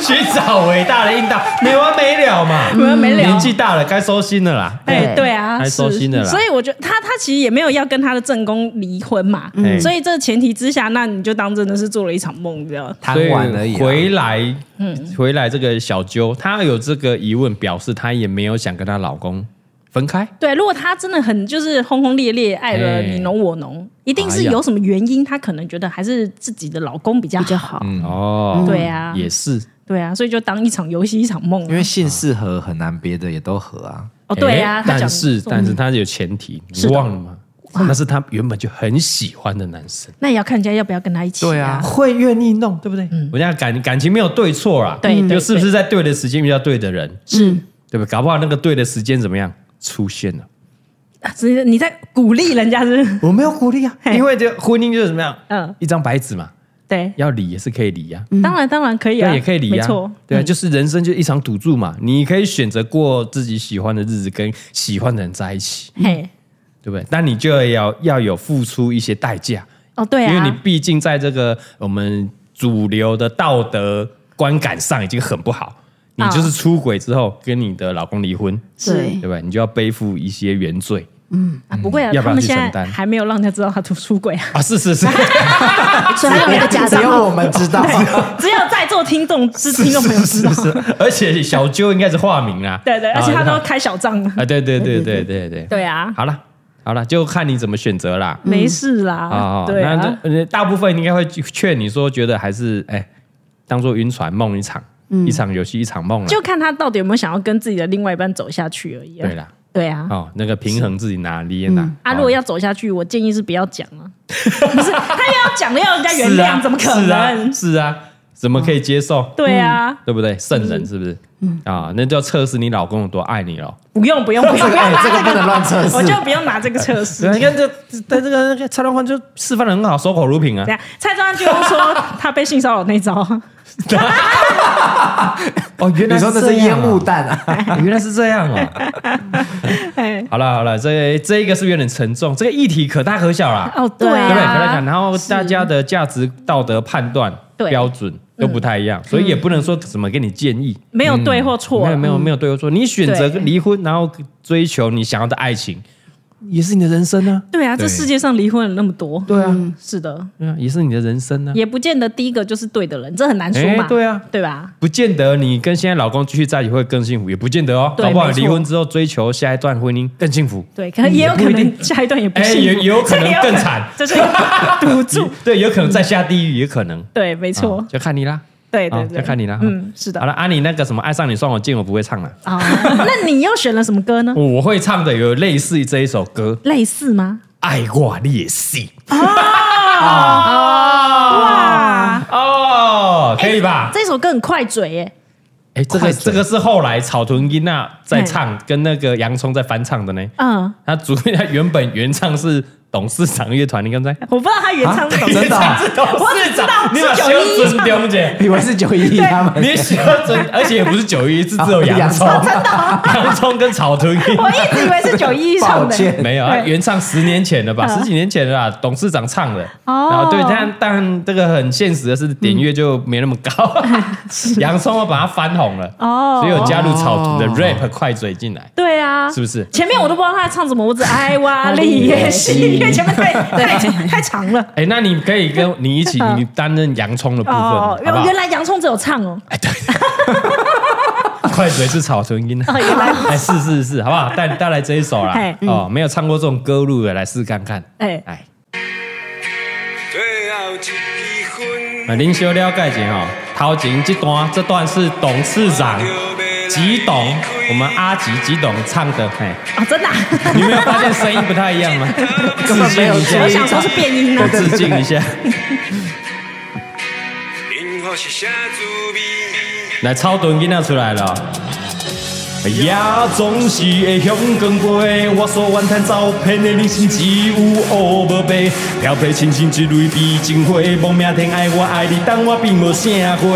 [SPEAKER 1] 寻找伟大的阴道，没完没了嘛。
[SPEAKER 3] 没完没了
[SPEAKER 1] 年纪大了，该收心了啦。
[SPEAKER 3] 哎，对啊，
[SPEAKER 1] 该收
[SPEAKER 3] 是
[SPEAKER 1] 心了啦
[SPEAKER 3] 所以我觉得他他其实也没有要跟他的正宫离婚嘛，
[SPEAKER 1] 嗯
[SPEAKER 3] 所以这个前提之下，那你就当真的是做了一场梦，这样。
[SPEAKER 4] 贪玩而已啊。
[SPEAKER 1] 所以回来，
[SPEAKER 3] 嗯
[SPEAKER 1] 回来这个小揪，她有这个疑问，表示她也没有想跟她老公分开。
[SPEAKER 3] 对，如果他真的很就是轰轰烈烈爱
[SPEAKER 1] 哎
[SPEAKER 3] 了你侬我侬，一定是有什么原因，他可能觉得还是自己的老公比较
[SPEAKER 2] 比较
[SPEAKER 3] 好。
[SPEAKER 2] 好。
[SPEAKER 4] 嗯，
[SPEAKER 1] 哦
[SPEAKER 3] 对啊
[SPEAKER 1] 也是
[SPEAKER 3] 对啊，所以就当一场游戏一场梦啊。
[SPEAKER 4] 因为姓氏合很难，别的也都合啊。
[SPEAKER 3] 哦，对啊，
[SPEAKER 1] 诶
[SPEAKER 3] 他讲
[SPEAKER 1] 哎但是
[SPEAKER 3] 说
[SPEAKER 1] 但是他有前提，你忘了吗？那是他原本就很喜欢的男生，
[SPEAKER 3] 那也要看人家要不要跟他一起。
[SPEAKER 4] 对啊，
[SPEAKER 1] 会愿意弄，对不对？我讲感感情没有对错啦，
[SPEAKER 3] 嗯对对嗯
[SPEAKER 1] 就是不是在对的时间遇到对的人，是对不对？搞不好那个对的时间怎么样出现了？
[SPEAKER 3] 啊，只是你在鼓励人家是不是
[SPEAKER 1] 我没有鼓励啊，
[SPEAKER 3] 嘿
[SPEAKER 1] 因为这婚姻就是怎么样，
[SPEAKER 3] 嗯
[SPEAKER 1] 一张白纸嘛，
[SPEAKER 3] 对，
[SPEAKER 1] 要离也是可以离呀、
[SPEAKER 3] 当然当然可以
[SPEAKER 1] 对
[SPEAKER 3] 啊，
[SPEAKER 1] 啊，也可以离
[SPEAKER 3] 没
[SPEAKER 1] 啊
[SPEAKER 3] 错，，嗯
[SPEAKER 1] 对啊，就是人生就一场赌注嘛，你可以选择过自己喜欢的日子，跟喜欢的人在一起，
[SPEAKER 3] 嘿，
[SPEAKER 1] 对不对？但你就要要有付出一些代价，
[SPEAKER 3] 哦对
[SPEAKER 1] 因为你
[SPEAKER 3] 啊，
[SPEAKER 1] 毕竟在这个呃我们主流的道德观感上已经很不好，你
[SPEAKER 3] 啊
[SPEAKER 1] 就是出轨之后跟你的老公离婚，
[SPEAKER 2] 对
[SPEAKER 1] 对，不对？你就要背负一些原罪
[SPEAKER 3] 啊不会啊，
[SPEAKER 1] 嗯要不
[SPEAKER 3] 他
[SPEAKER 1] 要
[SPEAKER 3] 们
[SPEAKER 1] 去
[SPEAKER 3] 现
[SPEAKER 1] 承
[SPEAKER 3] 在
[SPEAKER 1] 担
[SPEAKER 3] 还没有让人家知道他出出轨啊，
[SPEAKER 1] 啊！是是是，
[SPEAKER 2] 所以还有那个假
[SPEAKER 4] 只
[SPEAKER 2] 账
[SPEAKER 4] 有
[SPEAKER 2] 号
[SPEAKER 4] 我们知道，
[SPEAKER 3] 只有在座听众是听众朋友知道
[SPEAKER 1] 是， 是，而且小揪应该是化名啦，
[SPEAKER 3] 对对，而且他
[SPEAKER 1] 啊
[SPEAKER 3] 都开小账了，
[SPEAKER 1] 啊，对对对对对对，
[SPEAKER 3] 对啊，
[SPEAKER 1] 好了好了，就看你怎么选择啦。
[SPEAKER 3] 没事
[SPEAKER 1] 啊
[SPEAKER 3] 啦，，对
[SPEAKER 1] 那
[SPEAKER 3] 啊，
[SPEAKER 1] 这呃大部分应该会劝你说，觉得还是哎，当做晕船梦一场，一场游戏一场梦了。
[SPEAKER 3] 嗯就看他到底有没有想要跟自己的另外一半走下去而已啊
[SPEAKER 1] 对，啦，
[SPEAKER 3] 对啊。
[SPEAKER 1] 哦，那个平衡自己拿捏呐。
[SPEAKER 3] 啊，
[SPEAKER 1] 哦
[SPEAKER 3] 如果要走下去，我建议是不要讲了。不是，他又要讲了，要人家 原
[SPEAKER 1] 是
[SPEAKER 3] 谅，
[SPEAKER 1] 啊
[SPEAKER 3] 怎么可
[SPEAKER 1] 是啊
[SPEAKER 3] 能？
[SPEAKER 1] 是啊，怎么可以接受？嗯
[SPEAKER 3] 对啊，嗯
[SPEAKER 1] 对不对？圣人是不是？啊，那就要测试你老公有多爱你了。
[SPEAKER 3] 不用不用 不用，
[SPEAKER 4] 哎，这个不能乱测试
[SPEAKER 3] 我。就不用拿这个测试
[SPEAKER 1] 对。啊，你看这，但这个那个蔡老官就示范的很好，守口如瓶啊
[SPEAKER 3] 等。下，蔡庄就说他被性骚扰那招，
[SPEAKER 1] 哦，原
[SPEAKER 4] 你说那
[SPEAKER 1] 这
[SPEAKER 4] 是
[SPEAKER 1] 样
[SPEAKER 4] 烟
[SPEAKER 1] 啊
[SPEAKER 4] 雾弹啊？
[SPEAKER 1] 原来是这样哦。
[SPEAKER 3] 哎，
[SPEAKER 1] 好了好了，这这一个是不是有点沉重，这个议题可大可小啦，
[SPEAKER 3] 哦
[SPEAKER 1] 对
[SPEAKER 3] 对
[SPEAKER 1] 不对？可大可小，
[SPEAKER 3] 啊，
[SPEAKER 1] 然后大家的价值、道德判断
[SPEAKER 3] 对嗯
[SPEAKER 1] 标准又不太一样，所以也不能说怎么给你建议。
[SPEAKER 3] 没有对或错
[SPEAKER 1] 嗯没
[SPEAKER 3] 啊
[SPEAKER 1] 有，没有没有对或错，你选择
[SPEAKER 3] 嗯对
[SPEAKER 1] 离婚，然后追求你想要的爱情，也是你的人生啊，
[SPEAKER 3] 对啊，这
[SPEAKER 4] 对
[SPEAKER 3] 世界上离婚的那么多，
[SPEAKER 1] 对啊，
[SPEAKER 3] 是的，
[SPEAKER 1] 对啊，也是你的人生啊。
[SPEAKER 3] 嗯也不见得第一个就是对的人，这很难说
[SPEAKER 1] 哎
[SPEAKER 3] 嘛，
[SPEAKER 1] 对啊
[SPEAKER 3] 对吧？
[SPEAKER 1] 不见得你跟现在老公继续在一起会更幸福，也不见得哦。
[SPEAKER 3] 对
[SPEAKER 1] 搞不好
[SPEAKER 3] 没错
[SPEAKER 1] 离婚之后追求下一段婚姻更幸福，
[SPEAKER 3] 对，可能也有可
[SPEAKER 1] 嗯也不一
[SPEAKER 3] 能下一段也不
[SPEAKER 1] 哎，
[SPEAKER 3] 幸
[SPEAKER 1] 也
[SPEAKER 3] 福
[SPEAKER 1] 也有可能更惨，
[SPEAKER 3] 这是一 个赌注，
[SPEAKER 1] 对，有可能再下地狱，也可能。
[SPEAKER 3] 对，没错
[SPEAKER 1] 啊，就看你啦。
[SPEAKER 3] 对
[SPEAKER 1] 啊
[SPEAKER 3] 对对，
[SPEAKER 1] 就看你啦
[SPEAKER 3] 嗯，是的
[SPEAKER 1] 好，了，啊，你那个什么爱上你算我贱，我不会唱了。
[SPEAKER 3] 啊， 那你又选了什么歌呢？
[SPEAKER 1] 我会唱的有类似这一首歌
[SPEAKER 3] 类似吗？
[SPEAKER 1] 《爱我你也是》
[SPEAKER 3] 啊 哇，
[SPEAKER 1] 啊哦，可以吧？
[SPEAKER 3] 这首歌很快嘴耶，
[SPEAKER 1] 哎，这个这个是后来草屯音娜在唱，跟那个洋葱在翻唱的呢。
[SPEAKER 3] 嗯，
[SPEAKER 1] 他主他原本原唱是董事长乐团，你刚才
[SPEAKER 3] 我不知道他原唱是什 么
[SPEAKER 4] 真的啊
[SPEAKER 1] 是董事长，你把
[SPEAKER 3] 是
[SPEAKER 1] 修
[SPEAKER 3] 911
[SPEAKER 1] 准丢姐，
[SPEAKER 4] 以为是九一一他们啊
[SPEAKER 1] 你修 准，而且也不是九一，是只
[SPEAKER 3] 啊
[SPEAKER 1] 有洋葱，
[SPEAKER 4] 洋葱
[SPEAKER 1] 洋葱跟草屯音
[SPEAKER 3] 我一直以为是九一一唱
[SPEAKER 4] 抱
[SPEAKER 3] 的，
[SPEAKER 4] 歉，
[SPEAKER 1] 没有啊，
[SPEAKER 3] 对
[SPEAKER 1] 原唱十年前的吧，
[SPEAKER 3] 嗯
[SPEAKER 1] 十几年前的啦，董事长唱的。
[SPEAKER 3] 哦
[SPEAKER 1] 然后对，但但这个很现实的是，点阅就没那么 高。洋葱我把它翻红了，
[SPEAKER 3] 哦
[SPEAKER 1] 所以有加入草图的
[SPEAKER 4] 哦
[SPEAKER 1] rap 快嘴进来，
[SPEAKER 3] 对啊，
[SPEAKER 1] 是不是？
[SPEAKER 3] 前面我都不知道他在唱什么，我 只哎哇哩耶西，因为前面 太太太长 了。
[SPEAKER 1] 哎，那你可以跟你一 起，
[SPEAKER 3] 嗯
[SPEAKER 1] 你担任洋葱的部分，好
[SPEAKER 3] 哦，
[SPEAKER 1] 不
[SPEAKER 3] 原
[SPEAKER 1] 好
[SPEAKER 3] 原？来洋葱只有唱哦，
[SPEAKER 1] 哎，对，快嘴是草唇音啊。
[SPEAKER 3] 哦原来 哎嗯
[SPEAKER 1] 哎，是是是，好不好？带带来这一首 啦
[SPEAKER 3] 嘿。
[SPEAKER 1] 哦，没有唱过这种歌路的，来试看看。
[SPEAKER 3] 哎
[SPEAKER 1] 哎，
[SPEAKER 6] 最后一支烟，
[SPEAKER 1] 啊，您小了解一下哦，头前这段这段是董事长吉董，我们阿吉吉董唱的， 嘿，
[SPEAKER 3] 哦，真的啊，
[SPEAKER 1] 你没有发现声音不太一样 吗？致
[SPEAKER 4] 根本没
[SPEAKER 1] 敬
[SPEAKER 4] 有
[SPEAKER 1] 一
[SPEAKER 4] 注
[SPEAKER 1] 下
[SPEAKER 3] 我
[SPEAKER 4] 意
[SPEAKER 3] 想说是变音啊呢
[SPEAKER 1] 我。致敬一下，
[SPEAKER 6] 幸福是啥滋味？
[SPEAKER 1] 来超短音仔出来了哦。夜总是会向光飞，我所怨叹走遍的人生只有黑无白，漂泊亲像一蕊悲情花，亡命天爱我爱你，但我并无啥货。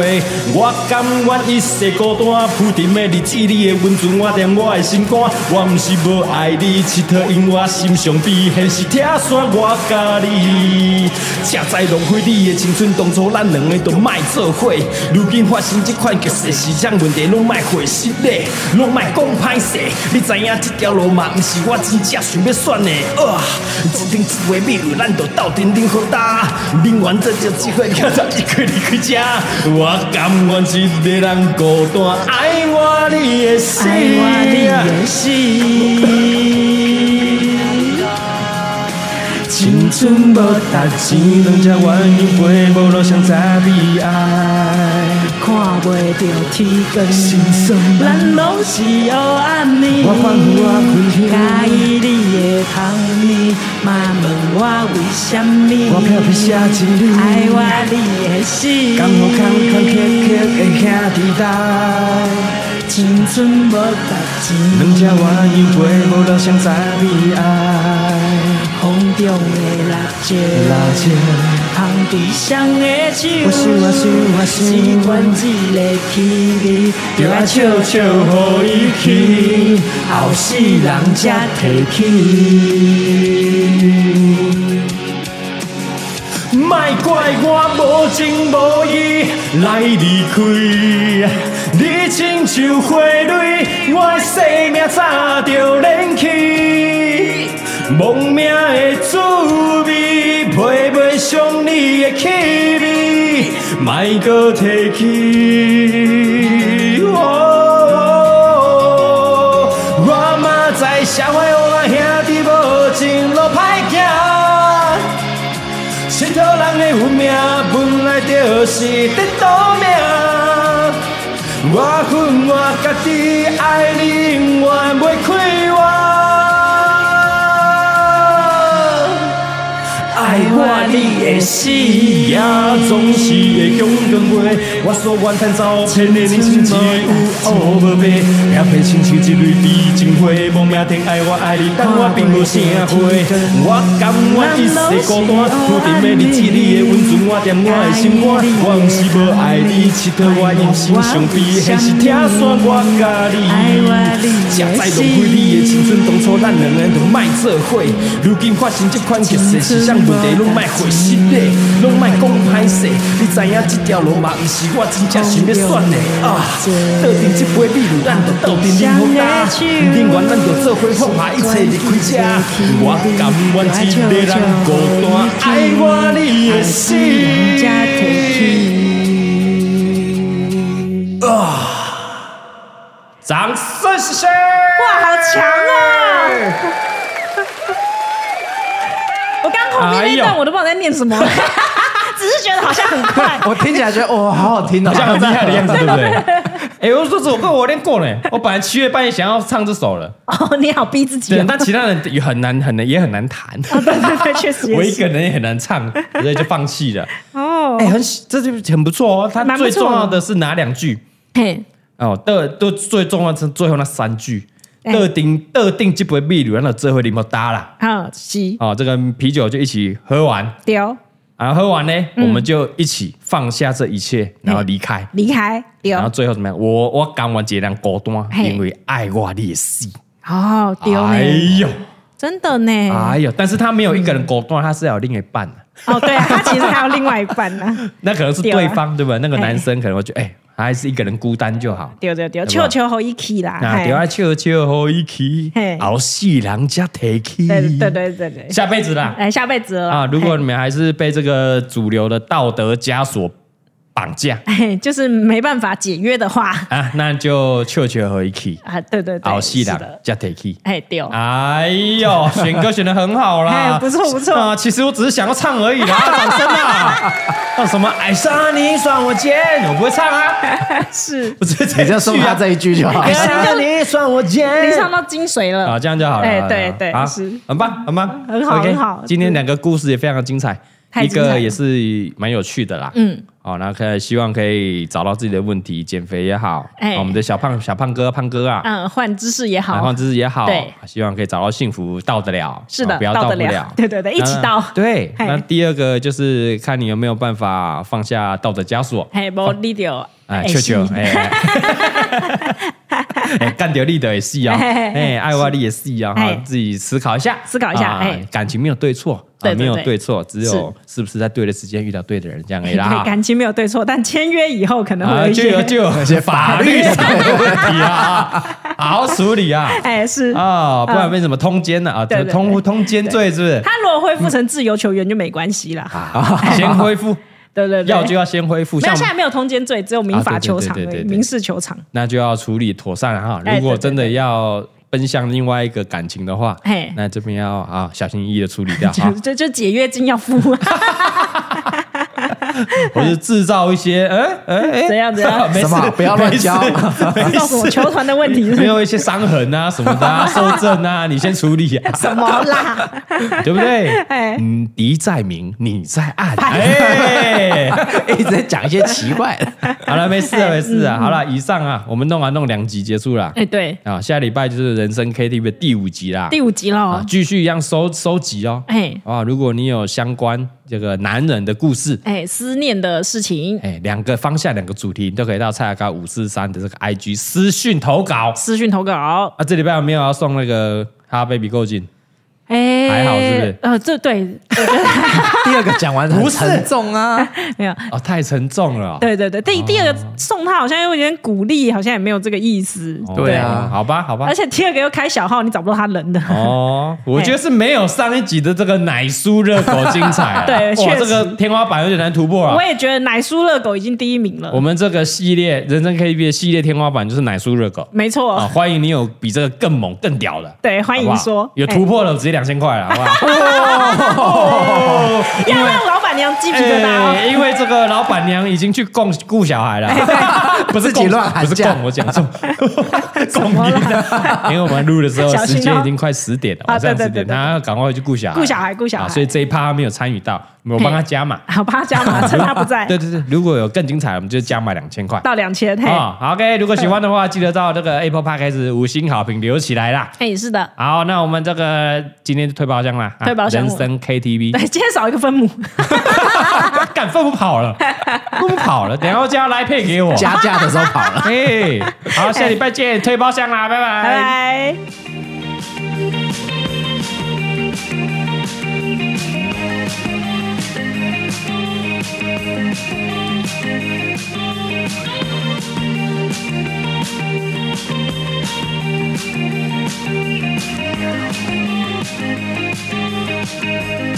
[SPEAKER 1] 我甘愿一世孤单，浮沉的日子你的温存我惦我的心肝，我毋是无爱你，佚佗因我心上悲，现实拆散我甲你，车载浪费你的青春，当初咱两个都莫做伙，如今发生这款局势，是啥问题拢莫回失礼，拢莫讲歹势，你知影这条路嘛毋是我真正想要选的，啊，一顶一杯美酒，咱就斗阵顶好打，啉完这就机会，叫咱一开离开家，我甘愿一个人孤单，爱我你的心，
[SPEAKER 3] 爱我你的
[SPEAKER 1] 心。
[SPEAKER 5] 青春无达志，两只原因陪无路上才悲哀。
[SPEAKER 3] 看袂着天光，
[SPEAKER 5] 心酸
[SPEAKER 3] 咱拢是黑暗暝。
[SPEAKER 5] 我反复我开胸
[SPEAKER 3] 介意你的香味，嘛问我为什么？
[SPEAKER 5] 我偏偏写一字
[SPEAKER 3] 爱我你的死。
[SPEAKER 5] 刚好坎坎坷坷的兄弟代，青春无达志，两只原因陪无路上才悲哀。
[SPEAKER 3] 风中的蜡烛，
[SPEAKER 5] 拉扯，
[SPEAKER 3] 捧地上的手，
[SPEAKER 5] 我想我想我
[SPEAKER 3] 习
[SPEAKER 5] 想
[SPEAKER 3] 惯一个气味，
[SPEAKER 5] 就
[SPEAKER 1] 啊
[SPEAKER 5] 爱笑笑，互伊去，后世人才提起。莫怪我无情无义来离开，你亲像花蕊，我的生命早就冷去。亡命的滋味，配袂上你的气味，莫搁提起。哦我嘛知社会有我兄弟无情路歹行。佚佗人的运命本来就是得倒命。我恨我家己，爱你永远袂开我。爱我你的死也总是会强光袂。我所怨叹走骗的人生只有黑无白，也骗亲像一蕊悲情花，亡命天爱我爱你，但我并无啥花。我甘愿一世孤单，注定的日子你的温存，我惦我的心肝。我毋是无爱你，佚佗我用心伤悲，现实疼煞我家你。才知浪费你的青春，当初咱两个人就莫做伙。如今发生这款结世，是啥问题拢莫回心嘞，拢莫讲歹势。你知影这条路嘛，毋是我真正想要选的啊。倒阵这杯美酒，咱就斗阵饮好干。宁愿咱就做伙放下一切离开这，我甘愿一个人孤单，爱我你的心。掌声谢谢！哇，
[SPEAKER 3] 好强啊！我刚刚后面那
[SPEAKER 1] 哎
[SPEAKER 3] 段
[SPEAKER 1] 呦
[SPEAKER 3] 我都不知道在念什么， 只是觉得好像很 快。
[SPEAKER 4] 我听起来觉得哦，好好 听哦，
[SPEAKER 1] 好像很厉害的样子，对不对？哎，我说这首歌我有点过呢，我本来七月半也想要唱这首了，
[SPEAKER 3] 哦，你好逼自己
[SPEAKER 1] 对
[SPEAKER 3] 哦，。
[SPEAKER 1] 但其他人也很难，很难，也很难弹。
[SPEAKER 3] 对对 对，确实
[SPEAKER 1] 我一
[SPEAKER 3] 也是。
[SPEAKER 1] 个人也很难唱，所以就放弃了。
[SPEAKER 3] 哦
[SPEAKER 1] 哎、，很喜这就很不错哦。他
[SPEAKER 3] 蛮不
[SPEAKER 1] 最
[SPEAKER 3] 错的
[SPEAKER 1] 重要的是哪两句？
[SPEAKER 3] 嘿，
[SPEAKER 1] 哦，的都最重要的是最后那三句。
[SPEAKER 3] 哎
[SPEAKER 1] 特定特定这杯秘鲁，然后最后你们搭啦。
[SPEAKER 3] 好，是
[SPEAKER 1] 哦，这个啤酒就一起喝完，
[SPEAKER 3] 丢
[SPEAKER 1] 然后喝完呢，我们就一起放下这一切，然后离开。
[SPEAKER 3] 离开
[SPEAKER 1] 然后
[SPEAKER 3] 丢，
[SPEAKER 1] 最后怎么样？我我甘愿一个人孤单，
[SPEAKER 3] 嘿
[SPEAKER 1] 因为爱我你的死。
[SPEAKER 3] 哦丢
[SPEAKER 1] 哎
[SPEAKER 3] 呢，
[SPEAKER 1] 呦，
[SPEAKER 3] 真的呢。
[SPEAKER 1] 哎呦！但是他没有一个人孤单，他是要有另一半的。
[SPEAKER 3] 哦，对啊，他其实还有另外一半呢。
[SPEAKER 1] 那可能是
[SPEAKER 3] 对啊
[SPEAKER 1] 对方对吧？那个
[SPEAKER 3] 哎
[SPEAKER 1] 男生可能会觉得，哎，还是一个人孤单就好。
[SPEAKER 3] 丢丢丢，
[SPEAKER 1] 对吧
[SPEAKER 3] 球球和一起啦。
[SPEAKER 1] 那
[SPEAKER 3] 嘿
[SPEAKER 1] 就要笑笑好一起
[SPEAKER 3] 嘿，
[SPEAKER 1] 后世人才提起。
[SPEAKER 3] 对对，对对对，
[SPEAKER 1] 下辈子 啦
[SPEAKER 3] 哎，下辈子了
[SPEAKER 1] 啊！如果
[SPEAKER 3] 嘿
[SPEAKER 1] 你们还是被这个主流的道德枷锁绑架
[SPEAKER 3] 嘿就是没办法解约的话
[SPEAKER 1] 啊，那就笑笑好一起，
[SPEAKER 3] 啊，对对对，
[SPEAKER 1] 后世
[SPEAKER 3] 是
[SPEAKER 1] 人
[SPEAKER 3] 的，
[SPEAKER 1] 才提起。
[SPEAKER 3] 哎丢，
[SPEAKER 1] 哎呦， 选歌选的很好啦，
[SPEAKER 3] 哎不错不错
[SPEAKER 1] 啊！其实我只是想要唱而 已啦，掌声啊！那什么爱上你爽我肩，我不会唱 啊，
[SPEAKER 3] 是
[SPEAKER 1] 我只是
[SPEAKER 4] 你就送他这一句就好。
[SPEAKER 3] 哎呀你
[SPEAKER 5] 你算我
[SPEAKER 3] 就
[SPEAKER 5] 贱
[SPEAKER 3] 你唱到精髓了
[SPEAKER 1] 啊，这样就好了。
[SPEAKER 3] 哎
[SPEAKER 1] 好了
[SPEAKER 3] 对
[SPEAKER 1] 好了
[SPEAKER 3] 对
[SPEAKER 1] 啊
[SPEAKER 3] 是
[SPEAKER 1] 很棒，很棒，
[SPEAKER 3] 很好
[SPEAKER 1] OK，
[SPEAKER 3] 很好
[SPEAKER 1] 今天两个故事也非常的精彩，
[SPEAKER 3] 太
[SPEAKER 1] 一
[SPEAKER 3] 精彩了
[SPEAKER 1] 个也是蛮有趣的啦。
[SPEAKER 3] 嗯，
[SPEAKER 1] 好，那可以希望可以找到自己的问题，减肥也好，
[SPEAKER 3] 哎
[SPEAKER 1] 啊我们的小胖小胖哥胖哥啊，
[SPEAKER 3] 嗯，换姿势也
[SPEAKER 1] 然
[SPEAKER 3] 好
[SPEAKER 1] 后，知识也好
[SPEAKER 3] 对，
[SPEAKER 1] 希望可以找到幸福，到得了，
[SPEAKER 3] 是的
[SPEAKER 1] 啊不要
[SPEAKER 3] 到
[SPEAKER 1] 不
[SPEAKER 3] 得了对对对一起到
[SPEAKER 1] 那对，
[SPEAKER 3] 嘿
[SPEAKER 1] 那第二个就是看你有没有办法放下道德枷锁，
[SPEAKER 3] 嘿，无你丢，
[SPEAKER 1] 哎，球球，
[SPEAKER 3] 是
[SPEAKER 1] 哎， 哎哎，干掉你的也是啊，
[SPEAKER 3] 嘿嘿嘿
[SPEAKER 1] 哎，爱我你也是啊，哈
[SPEAKER 3] 哎
[SPEAKER 1] 自己思考一下，
[SPEAKER 3] 思考一下
[SPEAKER 1] 啊
[SPEAKER 3] 哎
[SPEAKER 1] 感情没有对错，啊
[SPEAKER 3] 对对
[SPEAKER 1] 没有
[SPEAKER 3] 对
[SPEAKER 1] 对错，只有是不是在对的时间遇到对的人这样而已啦。
[SPEAKER 3] 感情没 有对错，但签约以后可能会
[SPEAKER 1] 啊，
[SPEAKER 3] 有一
[SPEAKER 1] 就有就
[SPEAKER 3] 些，
[SPEAKER 1] 有一些法律上的问题啊， 好好处理啊。
[SPEAKER 3] 哎，是
[SPEAKER 1] 啊，不然变什么通奸了啊？
[SPEAKER 3] 对对
[SPEAKER 1] 通
[SPEAKER 3] 对
[SPEAKER 1] 通奸罪是不是？
[SPEAKER 3] 他如果恢复成自由球员就没关系啦，
[SPEAKER 1] 啊 先恢复，
[SPEAKER 3] 对 对对，
[SPEAKER 1] 要就要先恢复，
[SPEAKER 3] 没
[SPEAKER 1] 像
[SPEAKER 3] 有，现在没有通奸罪，只有民
[SPEAKER 1] 啊
[SPEAKER 3] 法
[SPEAKER 1] 对对
[SPEAKER 3] 球场
[SPEAKER 1] 对对
[SPEAKER 3] 而已
[SPEAKER 1] 对对
[SPEAKER 3] 民事球场。
[SPEAKER 1] 那就要处理妥善哈。
[SPEAKER 3] 哎
[SPEAKER 1] 如果
[SPEAKER 3] 对对
[SPEAKER 1] 真的要奔向另外一个感情的话
[SPEAKER 3] 嘿，
[SPEAKER 1] 那这边要啊小心翼翼的处理掉啊，
[SPEAKER 3] 就就解约金要付 啊，
[SPEAKER 1] 或是制造一些 哎哎哎
[SPEAKER 3] 怎样怎样
[SPEAKER 1] 没事
[SPEAKER 4] 什么不要乱教
[SPEAKER 1] 没事
[SPEAKER 3] 到什么球团的问题是不
[SPEAKER 1] 没
[SPEAKER 3] 是
[SPEAKER 1] 有一些伤痕啊什么的 啊，受震啊，你先处理啊，
[SPEAKER 3] 什么啦？
[SPEAKER 1] 对不对？
[SPEAKER 3] 哎
[SPEAKER 1] 嗯，敌在明，你在暗，哎，
[SPEAKER 4] 一直在讲一些奇怪 的。
[SPEAKER 1] 好了，没事了，没事了，好了，以上啊，我们弄完弄两集结束了
[SPEAKER 3] 嗯哎，对，
[SPEAKER 1] 啊，下礼拜就是人生 KTV 的第五集啦，
[SPEAKER 3] 第五集
[SPEAKER 1] 啊
[SPEAKER 3] 了，，哦
[SPEAKER 1] 继续一样收收集哦，
[SPEAKER 3] 哎
[SPEAKER 1] 啊，如果你有相关这个男人的故事。
[SPEAKER 3] 哎，思念的事情，
[SPEAKER 1] 哎，两个方向，两个主题，你都可以到蔡阿高五四三的这个 IG 私讯投稿
[SPEAKER 3] 私讯投稿，
[SPEAKER 1] 啊。这礼拜有没有要送那个哈 baby 够劲？
[SPEAKER 3] 哎，
[SPEAKER 1] 还好是不是
[SPEAKER 3] 呃，这对
[SPEAKER 4] 第二个讲完很
[SPEAKER 1] 不是
[SPEAKER 4] 沉重啊，
[SPEAKER 3] 没有，
[SPEAKER 1] 哦，太沉重了哦、
[SPEAKER 3] 对对对，第第二个送他好像有点鼓励，好像也没有这个意思。
[SPEAKER 1] 哦
[SPEAKER 4] 对啊
[SPEAKER 1] 好吧，好吧
[SPEAKER 3] 而。且第二个又开小号，你找不到他人的。
[SPEAKER 1] 哦，我觉得是没有上一集的这个奶酥热狗精彩、啊，
[SPEAKER 3] 对
[SPEAKER 1] 哇，
[SPEAKER 3] 确
[SPEAKER 1] 这
[SPEAKER 3] 实
[SPEAKER 1] 个天花板有点难突破啊
[SPEAKER 3] 我。也觉得奶叔热狗已经第一名了
[SPEAKER 1] 我，们这个系列人生 K B 的系列天花板就是奶酥热狗
[SPEAKER 3] 没错。
[SPEAKER 1] 啊，欢迎你有比这个更猛更屌的，
[SPEAKER 3] 哦对，
[SPEAKER 1] 好
[SPEAKER 3] 欢迎
[SPEAKER 1] 不好
[SPEAKER 3] 说
[SPEAKER 1] 有突破了，直接两千块了，好 不好？
[SPEAKER 3] 哎要让老板娘鸡皮疙瘩
[SPEAKER 1] 哎
[SPEAKER 3] 哦。哎
[SPEAKER 1] 因为这个老板娘已经去供顾小孩了， 不是
[SPEAKER 4] 自己
[SPEAKER 1] 供
[SPEAKER 4] 乱喊
[SPEAKER 1] 不是
[SPEAKER 4] 价
[SPEAKER 1] 供我讲 错， 供你的，因为我们录的时候
[SPEAKER 3] 小心
[SPEAKER 1] 时
[SPEAKER 3] 哦
[SPEAKER 1] 间已经快十点了，
[SPEAKER 3] 啊
[SPEAKER 1] 晚上
[SPEAKER 3] 对
[SPEAKER 1] 十
[SPEAKER 3] 对对
[SPEAKER 1] 点，
[SPEAKER 3] 对
[SPEAKER 1] 他要赶快去顾小孩，
[SPEAKER 3] 顾小孩顾小孩
[SPEAKER 1] 啊所以这一趴他没有参与到，我帮他加码。
[SPEAKER 3] 好，帮他加啊码，趁他不在
[SPEAKER 1] 对，对对，如果有更精彩，我们就加码两千块。
[SPEAKER 3] 到两千。嘿，嗯
[SPEAKER 1] 啊，好，OK，如果喜欢的话，记得到这个 Apple Park 开始五星好评留起来啦。
[SPEAKER 3] 哎，是的，
[SPEAKER 1] 好，那我们这个今天就推包厢啦，啊
[SPEAKER 3] 推包厢
[SPEAKER 1] 人
[SPEAKER 3] 我
[SPEAKER 1] 生 KTV。
[SPEAKER 3] 对，今天少一个分母，
[SPEAKER 1] 敢啊分不跑了，分不跑了，等一下叫来配给 我。
[SPEAKER 4] 加价的时候跑了。
[SPEAKER 1] 哎，好，下礼拜见，推包厢啦，拜
[SPEAKER 3] 拜拜。
[SPEAKER 7] Thank